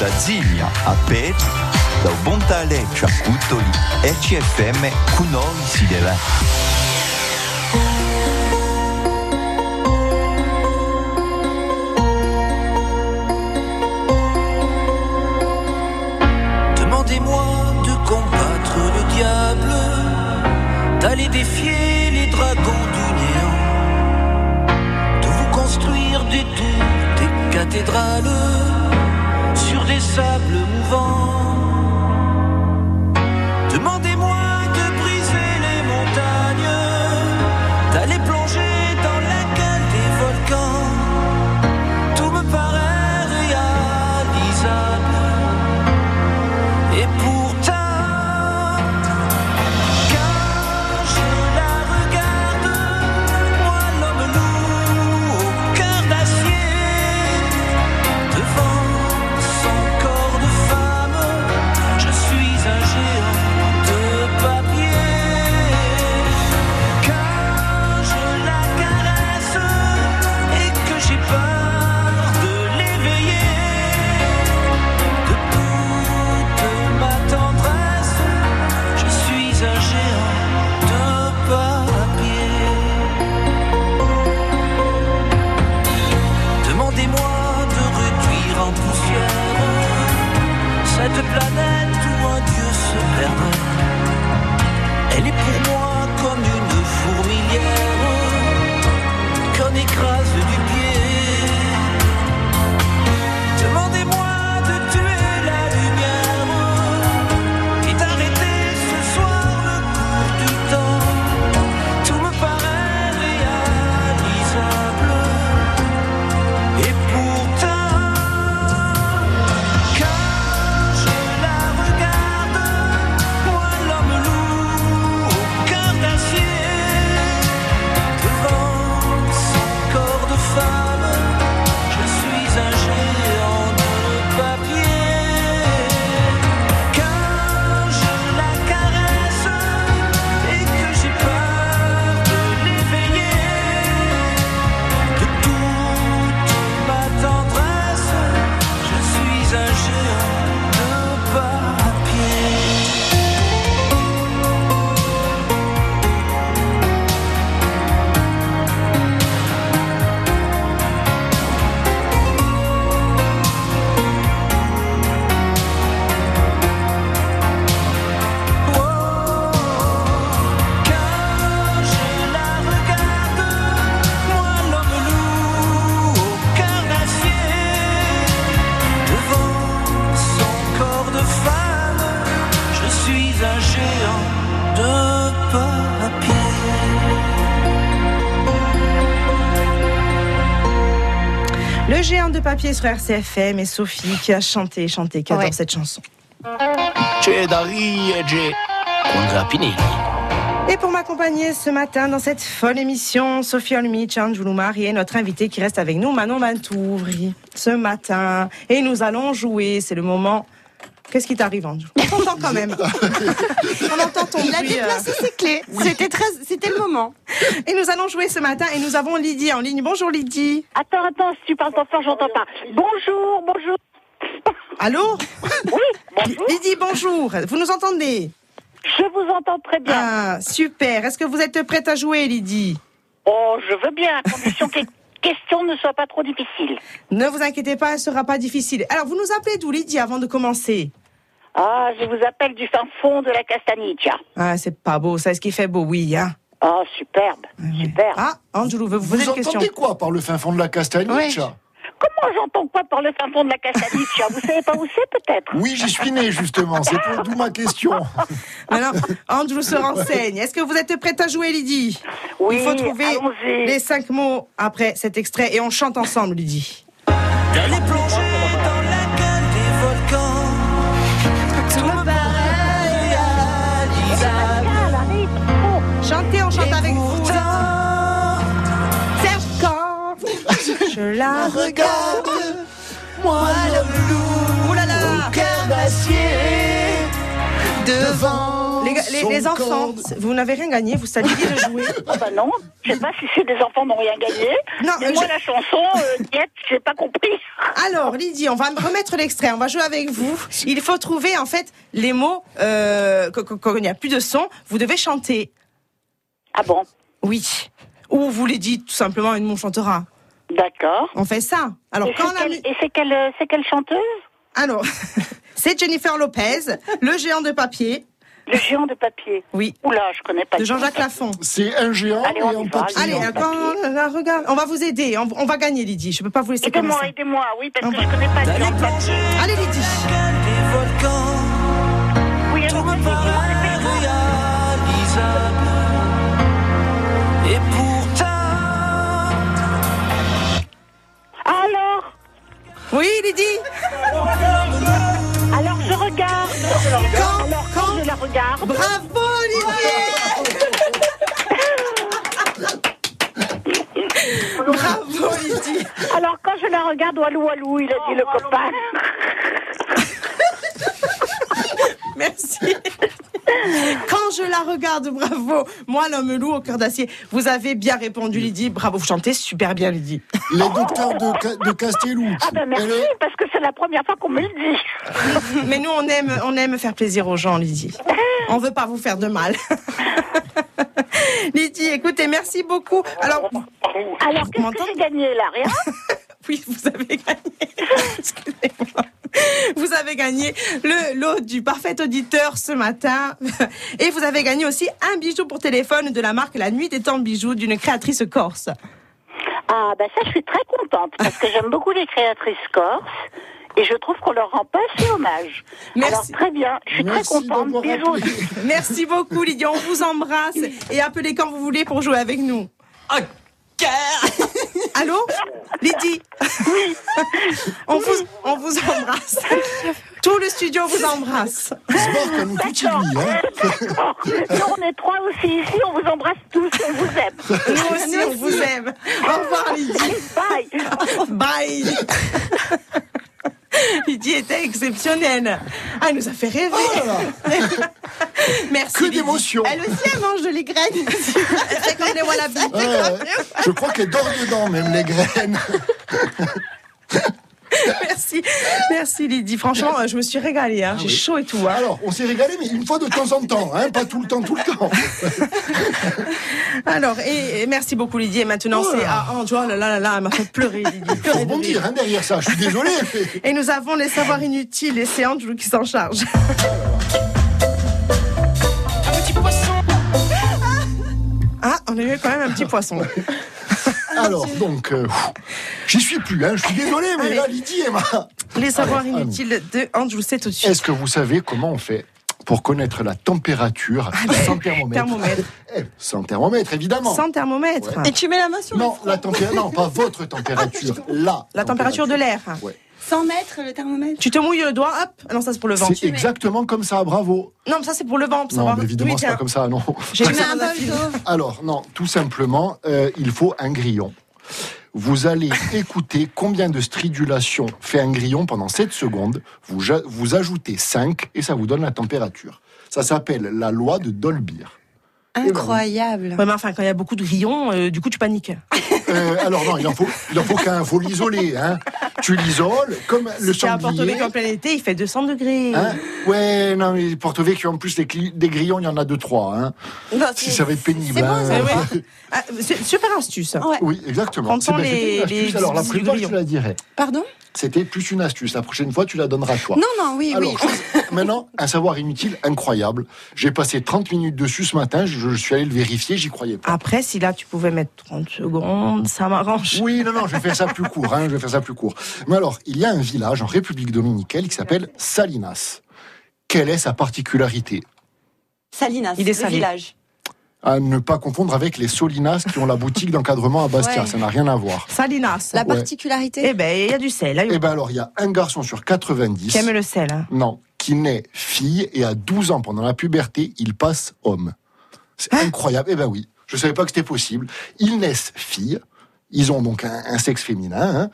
Da Zigna a Petri, da Bontaleccio a Cutoli, RCFM con noi si deve. Demandez-moi de combattre le diable, d'aller défier les dragons du néant, de vous construire des tours, des cathédrales, sur des sables mouvants. Demandez-moi de briser les montagnes, d'aller plonger dans la cale des volcans. Tout me paraît réalisable. Et pourtant, quand je la regarde, moi l'homme lourd au cœur d'acier, devant son corps de femme, je suis un géant de papier. Quand je la caresse et que j'ai peur de l'éveiller, de de ma tendresse, je suis un géant de papier. Demandez-moi de réduire en poussière cette planète où un dieu se perd. Elle est pour moi comme une fourmilière qu'on écrase du pied. Demandez-moi de tuer la lumière et d'arrêter ce soir le cours du temps. Tout me paraît réalisable et pourtant, quand je la Le géant de papier sur RCFM et Sophie qui a chanté, chanté, qui adore Ouais. cette chanson. c'è da riegge con Grappinelli. Et pour m'accompagner ce matin dans cette folle émission, Sophie Olmi, Tchandjoulou Marie et notre invité qui reste avec nous, Manon Mantouvri, ce matin. Et nous allons jouer, c'est le moment. Qu'est-ce qui t'arrive, Ange On t'entend quand même. On entend ton Il a bruit, euh. déplacé ses clés. C'était très, c'était le moment. Et nous allons jouer ce matin et nous avons Lydie en ligne. Bonjour Lydie. Attends, attends, si tu parles trop fort, j'entends pas. Bonjour, bonjour. Allô Oui, bonjour. Lydie, bonjour. Vous nous entendez Je vous entends très bien. Ah, super. Est-ce que vous êtes prête à jouer, Lydie Oh, je veux bien, à condition que les questions ne soient pas trop difficiles. Ne vous inquiétez pas, elle ne sera pas difficile. Alors, vous nous appelez d'où, Lydie, avant de commencer Ah, je vous appelle du fin fond de la Castanidia. Ah, c'est pas beau, ça, est-ce qu'il fait beau, oui, hein Oh, superbe, superbe. Ah, Angelou, vous Vous posez une entendez question quoi par le fin fond de la castagne Comment j'entends quoi par le fin fond de la Castanidia Vous savez pas où c'est, peut-être Oui, j'y suis né justement, c'est pour- d'où ma question. Alors, Angelou se renseigne. Est-ce que vous êtes prête à jouer, Lydie Oui, Il faut trouver allons-y. les cinq mots après cet extrait et on chante ensemble, Lydie. D'aller plonger dans la gueule des volcans. Tout me paraît réalisable. Chantez, on chante avec vous. Serge quand je la regarde, moi l'homme lourd, au cœur d'acier, devant Les, gars- les- son les enfants, corps. vous n'avez rien gagné, vous saviez de jouer. Ah bah non, je sais pas si c'est des enfants n'ont rien gagné. Non, mais moi je- la chanson, euh, Diète, j'ai pas compris. Alors, Lydie, on va me remettre l'extrait, on va jouer avec vous. Il faut trouver, en fait, les mots, euh, qu- qu- quand il n'y a plus de son, vous devez chanter. Ah bon Oui. Ou vous les dites tout simplement et nous on chantera. D'accord. On fait ça. Alors, et quand c'est la quelle, mu- et c'est quelle, euh, c'est quelle chanteuse Alors, c'est Jennifer Lopez, le géant de papier. Le géant de papier Oui. Oula, je connais pas. De le géant Jean-Jacques papier. Lafont. C'est un géant Allez, et on y un va, papillon. Allez, Jean-Jacques quand la regarde, on va vous aider. On, on va gagner, Lydie. Je peux pas vous laisser comme Aidez-moi, ça. Ah. aidez-moi, oui, parce que je connais pas le D'aller géant de papier. plonger Allez, Lydie. dans la gueule des volcans. Oui, Tout alors, me paraît réalisable. Et pourtant, Alors Oui, Lydie. Alors je regarde. Quand- alors quand, je la regarde. Bravo, Lydie. Bravo, Lydie. Alors quand je la regarde, walou walou, il a dit le copain. Merci. Quand je la regarde, bravo. Moi, l'homme loup au cœur d'acier. Vous avez bien répondu, Lydie. Bravo, vous chantez super bien, Lydie. Les docteurs de, Ca- de Castellucci. Ah ben merci, Elle est- parce que c'est la première fois qu'on me le dit. Mais nous, on aime, on aime faire plaisir aux gens, Lydie. On veut pas vous faire de mal. Lydie, écoutez, merci beaucoup. Alors, Alors Vous qu'est-ce que m'entendez j'ai gagné là Rien oui, vous avez gagné. Excusez-moi. Vous avez gagné le lot du parfait auditeur ce matin. Et vous avez gagné aussi un bijou pour téléphone de la marque La Nuit des Temps Bijoux d'une créatrice corse. Ah ben ça je suis très contente, parce que j'aime beaucoup les créatrices corses. Et je trouve qu'on leur rend pas assez hommage. Merci. Alors très bien, je suis Merci très contente. d'avoir Bisous. appelé. Merci beaucoup, Lydie. On vous embrasse et appelez quand vous voulez pour jouer avec nous. Allô Lydie on, vous, on vous embrasse. Tout le studio vous embrasse. C'est marrant qu'elle nous titille, hein. Nous on est trois aussi ici, on vous embrasse tous, on vous aime. Nous aussi, on vous aime. Au revoir, Lydie. Bye. Bye. Lydie était exceptionnelle. Ah, elle nous a fait rêver. Merci. Que Lydie. d'émotion. Elle aussi, elle mange de les graines. Elle fait comme les wallabies. Ouais, ouais. je crois qu'elle dort dedans, même les graines. Merci. Merci, Lydie. Franchement, je me suis régalée. hein. J'ai Ah oui. chaud et tout. hein. Alors, on s'est régalé, mais une fois de temps en temps, hein, pas tout le temps, tout le temps. Alors, et, et merci beaucoup, Lydie. Et maintenant, c'est à Ange. Oh là là là là, elle m'a fait pleurer, Lydie. Faut Pleurer de rire. rebondir hein, derrière ça, je suis désolé. mais- Et nous avons les savoirs inutiles et c'est Andrew qui s'en charge. Ah, on a eu quand même un petit poisson. Alors, donc, euh, pff, j'y suis plus, hein, je suis désolé, mais Allez. là, Lydie, Emma. Les savoirs Allez, Anne. inutiles de Andrew, c'est tout de suite. Est-ce que vous savez comment on fait pour connaître la température sans thermomètre. Ah, ben, thermomètre. Eh, sans thermomètre, évidemment. Sans thermomètre. Ouais. Et tu mets la main sur Non, la température, Ah, non, pas votre température, la. La température de l'air. 100 mètres le thermomètre Tu te mouilles le doigt, hop. Ah Non, ça c'est pour le ventre. C'est exactement comme ça, bravo. Non, mais ça c'est pour le ventre. Non, mais évidemment, c'est pas comme ça, non. J'ai mis un bol d'eau. Alors, non, tout simplement, euh, il faut un grillon. Vous allez écouter combien de stridulations fait un grillon pendant 7 secondes. Vous, ja- vous ajoutez 5 et ça vous donne la température. Ça s'appelle la loi de Dolbear. Incroyable. Ouais, mais enfin, quand il y a beaucoup de grillons, euh, du coup, tu paniques. Euh, alors non, il en faut, il en faut qu'un, faut l'isoler. Hein. Tu l'isoles comme le Si t'es à Porto sanglier. Vecchio en plein été, il fait 200 degrés. Hein ouais, non, mais Porto Vecchio, en plus, les cli- des grillons, il y en a deux, trois. Hein. Non, Si ça va être pénible. C'est bon, hein. ça va. Ah, c'est- super astuce. Oui, exactement. Prends C'est- ben, les- c'était une les astuce. Alors, la petits prochaine fois, grillons. tu la dirais. Pardon C'était plus une astuce. La prochaine fois, tu la donneras toi. Non, non, oui, Alors, oui. chose- maintenant, un savoir inutile incroyable. J'ai passé 30 minutes dessus ce matin. Je, je suis allé le vérifier. J'y croyais pas. Après, si là, tu pouvais mettre 30 secondes, ça m'arrange. Oui, non, non, je vais faire ça plus court. hein, je vais faire ça plus court. Mais alors, il y a un village en République dominicaine qui s'appelle Salinas. Quelle est sa particularité Salinas, Il est le salé. village. À ne pas confondre avec les Solinas qui ont la boutique d'encadrement à Bastia. Ouais. Ça n'a rien à voir. Salinas. La Ouais. particularité Eh ben, il y a du sel. Eh ben alors, il y a un garçon sur 90. Qui aime le sel. hein. Non, qui naît fille et à 12 ans, pendant la puberté, il passe homme. C'est Hein incroyable. Eh ben oui, je savais pas que c'était possible. Ils naissent filles. Ils ont donc un, un sexe féminin. hein.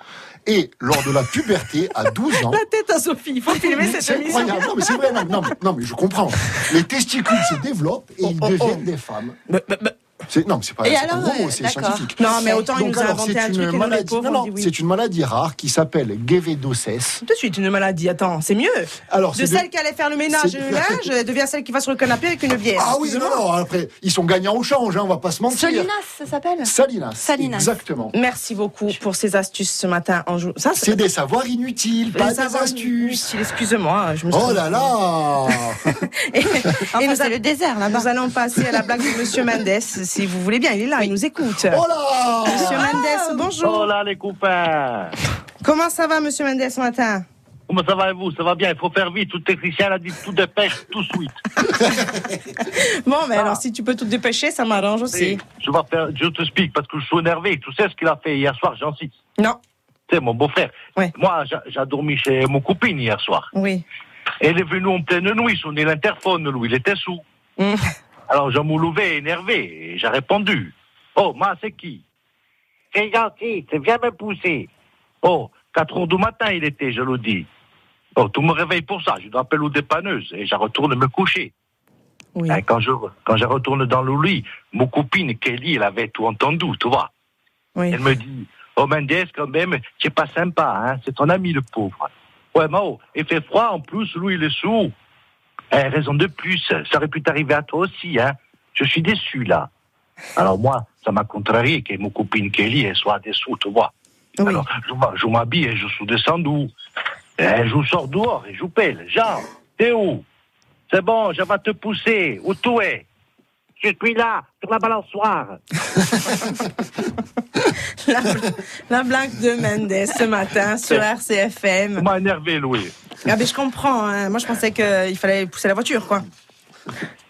et lors de la puberté, à 12 ans... La tête à Sophie, il faut filmer Mais cette C'est émission. incroyable. Non, mais c'est vrai. Non, non, mais, non, mais je comprends. Les testicules se développent et Oh, ils deviennent des femmes. C'est- non, mais c'est pas, Bah, Et c'est pas alors, un gros euh, mot, c'est d'accord. scientifique. Non, mais autant il Donc, nous a alors, inventé c'est un une truc et nous, les maladie- pauvres, non, on non, dit oui. C'est une maladie rare qui s'appelle Guévedocès. Tout de suite, une maladie, attends, c'est mieux. Alors, de c'est celle qui allait faire le ménage c'est- et le linge, elle devient celle qui va sur le canapé avec une bière. Ah oui, non, non, après, ils sont gagnants au change, hein, on va pas se mentir. Solinas, ça s'appelle Salinas. Exactement. Merci beaucoup pour ces astuces ce matin. En jou- Ça, C'est des savoirs inutiles, Les pas des savoirs astuces. inutiles, Excusez-moi, je me suis Oh là Ah. là Et nous le désert là Nous allons passer à la blague de Monsieur Mendes, si vous voulez bien. Il est là, il nous écoute. Oh là Monsieur Mendes, bonjour. Oh là les copains Comment ça va, Monsieur Mendes, ce matin Comment ça va et vous Ça va bien, il faut faire vite. Tout technicien a dit tout dépêche, tout suite. Bon, mais alors si tu peux tout te dépêcher, ça m'arrange aussi. Je vais faire, je te explique parce que je suis énervé. Tu sais ce qu'il a fait hier soir, jean suis. Non. C'est mon beau-frère. Moi, j'a- j'ai dormi chez mon copine hier soir. Oui. Elle est venue en pleine nuit, sonner l'interphone, lui, il était sous. Mm. Alors je me levais énervé et j'ai répondu. Oh, moi, c'est qui C'est gentil, c'est bien me pousser. Oh, 4 heures du matin, il était, je le dis. Oh, tu me réveilles pour ça, je l'appelle aux dépanneuses et je retourne me coucher. Hein, Quand, je, quand je retourne dans le lit, mon copine Kelly, elle avait tout entendu, tu vois. Elle me dit, oh Mendes, quand même, c'est pas sympa, hein, c'est ton ami le pauvre. Ouais, Mao, il fait froid en plus, lui, il est sourd. Eh, raison de plus, ça aurait pu t'arriver à toi aussi, hein. Je suis déçu, là. Alors moi, ça m'a contrarié que mon copine Kelly, elle soit dessous, tu vois. Alors, je m'a- je m'habille et je suis descendu. Eh, je sors dehors et je pèle. Jean, t'es où C'est bon, je vais te pousser. Où tu es Je suis là, sur la balançoire. La, la blague de Mendes ce matin sur RCFM. m'a énervé, Louis. Ah ben je comprends. hein. Moi je pensais qu'il fallait pousser la voiture, quoi.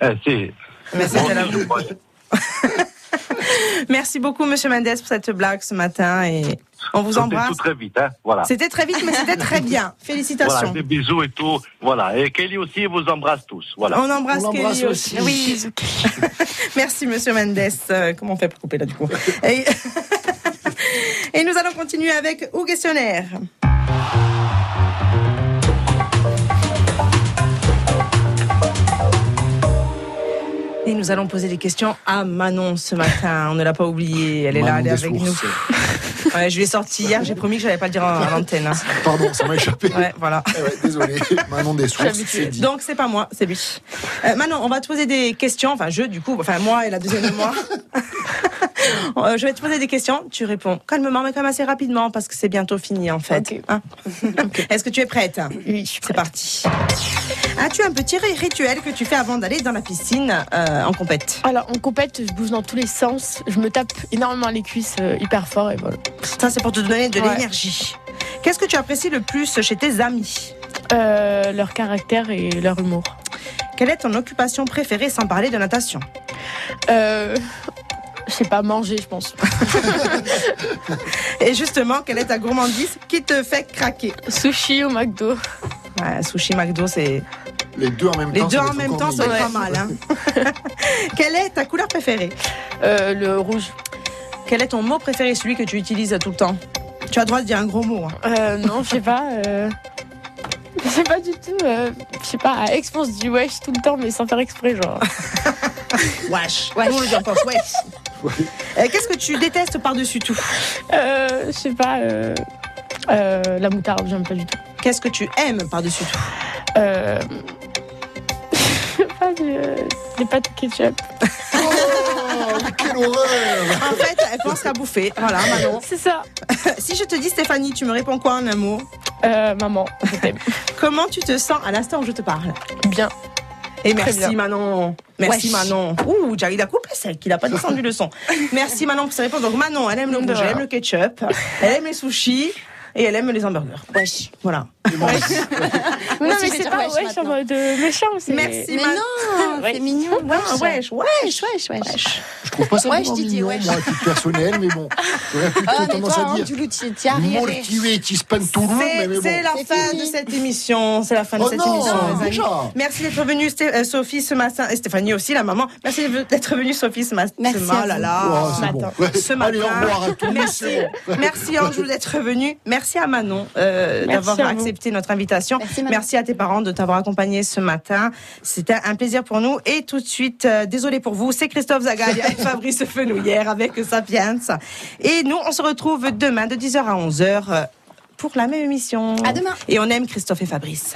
Eh, si. Mais Bon, c'était la- je vois- Merci beaucoup Monsieur Mendes pour cette blague ce matin et on vous C'était embrasse. tout très vite, hein, voilà. C'était très vite, mais c'était très bien. Voilà, Félicitations. des bisous et tout. Voilà. Et Kelly aussi vous embrasse tous. Voilà. On embrasse Kelly aussi. Oui. Merci, monsieur Mendes. Euh, comment on fait pour couper là, du coup Et... Et nous allons continuer avec Ou questionnaire. Et nous allons poser des questions à Manon ce matin. On ne l'a pas oubliée. Elle est là, Manon elle est des avec nous. sources. Ouais, je l'ai sortie hier, j'ai promis que je n'allais pas le dire à à l'antenne. hein. Pardon, ça m'a échappé. Ouais, voilà. Eh désolé, Manon des sources, J'habitude. c'est dit. Donc c'est pas moi, c'est lui. Euh, Manon, on va te poser des questions, enfin je du coup, enfin moi et la deuxième de moi. Euh, je vais te poser des questions, tu réponds calmement mais quand même assez rapidement parce que c'est bientôt fini en fait. Hein Est-ce que tu es prête Oui, je suis C'est parti. As-tu un petit ri- rituel que tu fais avant d'aller dans la piscine euh, en compète Alors, en compète, je bouge dans tous les sens. Je me tape énormément les cuisses euh, hyper fort et voilà. Ça, c'est pour te donner de Ouais. l'énergie. Qu'est-ce que tu apprécies le plus chez tes amis Euh, leur caractère et leur humour. Quelle est ton occupation préférée sans parler de natation Euh, Je sais pas, manger, je pense. Et justement, quelle est ta gourmandise qui te fait craquer Sushi au McDo. Ouais, sushi McDo, c'est. Les deux en même Les temps. deux ça va en être même encore temps, ça va mieux. être pas mal. hein. Quelle est ta couleur préférée Euh, Le rouge. Quel est ton mot préféré, celui que tu utilises tout le temps Tu as le droit de dire un gros mot. hein. Euh, non, je sais pas. Je sais pas du tout, euh, je sais pas, à Expo, on se dit wesh tout le temps, mais sans faire exprès, genre. Wesh. Nous, on pense wesh. Euh, Qu'est-ce que tu détestes par-dessus tout Euh, je sais pas, euh, euh, la moutarde, j'aime pas du tout. Qu'est-ce que tu aimes par-dessus tout Euh, je sais pas, euh, des pâtes au ketchup. Ah, Oh, quelle horreur En fait, elle pense qu'à bouffer. Voilà, Manon. C'est ça. si je te dis Stéphanie, tu me réponds quoi en un mot Euh, Maman, je t'aime. Comment tu te sens à l'instant où je te parle Bien. Et Très merci bien. Manon. Merci Wesh. Manon. Ouh, j'arrive à couper celle qui n'a pas descendu le son. Merci Manon pour ses réponses. Donc Manon, elle aime Bah. le rouge, elle aime le ketchup, elle aime les sushis et elle aime les hamburgers. Wesh. Voilà. Mais non, Aussi, mais je vais c'est dire pas wesh wesh en mode euh, méchant, c'est. Merci, Mais Manon. non, c'est mignon. Wesh, wesh, wesh, wesh. Je trouve pas ça Wesh, vraiment Didier, mignon, wesh. moi, à titre personnel, mais bon. J'aurais plutôt Ah, mais tendance toi, à hein, dire. tu Mortier, qui se panne tout le monde, mais, mais C'est bon. c'est la fin de cette émission. C'est la fin de Oh cette non, émission. les amis. déjà. Merci d'être venue, Sté- euh, Sophie, ce matin. Et Stéphanie aussi, la maman. Merci d'être venue, Sophie, ce matin. Merci Ce à ma- vous. là, là, Oh, ce c'est bon. matin. Ouais. Ce matin. Allez, au revoir à tous, Merci, c'est bon. merci Anjou d'être venue. Merci à Manon euh, Merci d'avoir à vous. accepté notre invitation. Merci, à tes parents de t'avoir accompagné ce matin. C'était un plaisir pour nous. Et tout de suite, euh, désolé pour vous, c'est Christophe Zagalia et Fabrice Fenouillère avec Sapiens. Et nous, on se retrouve euh, demain de 10h à 11h pour la même émission. À demain. Et on aime Christophe et Fabrice.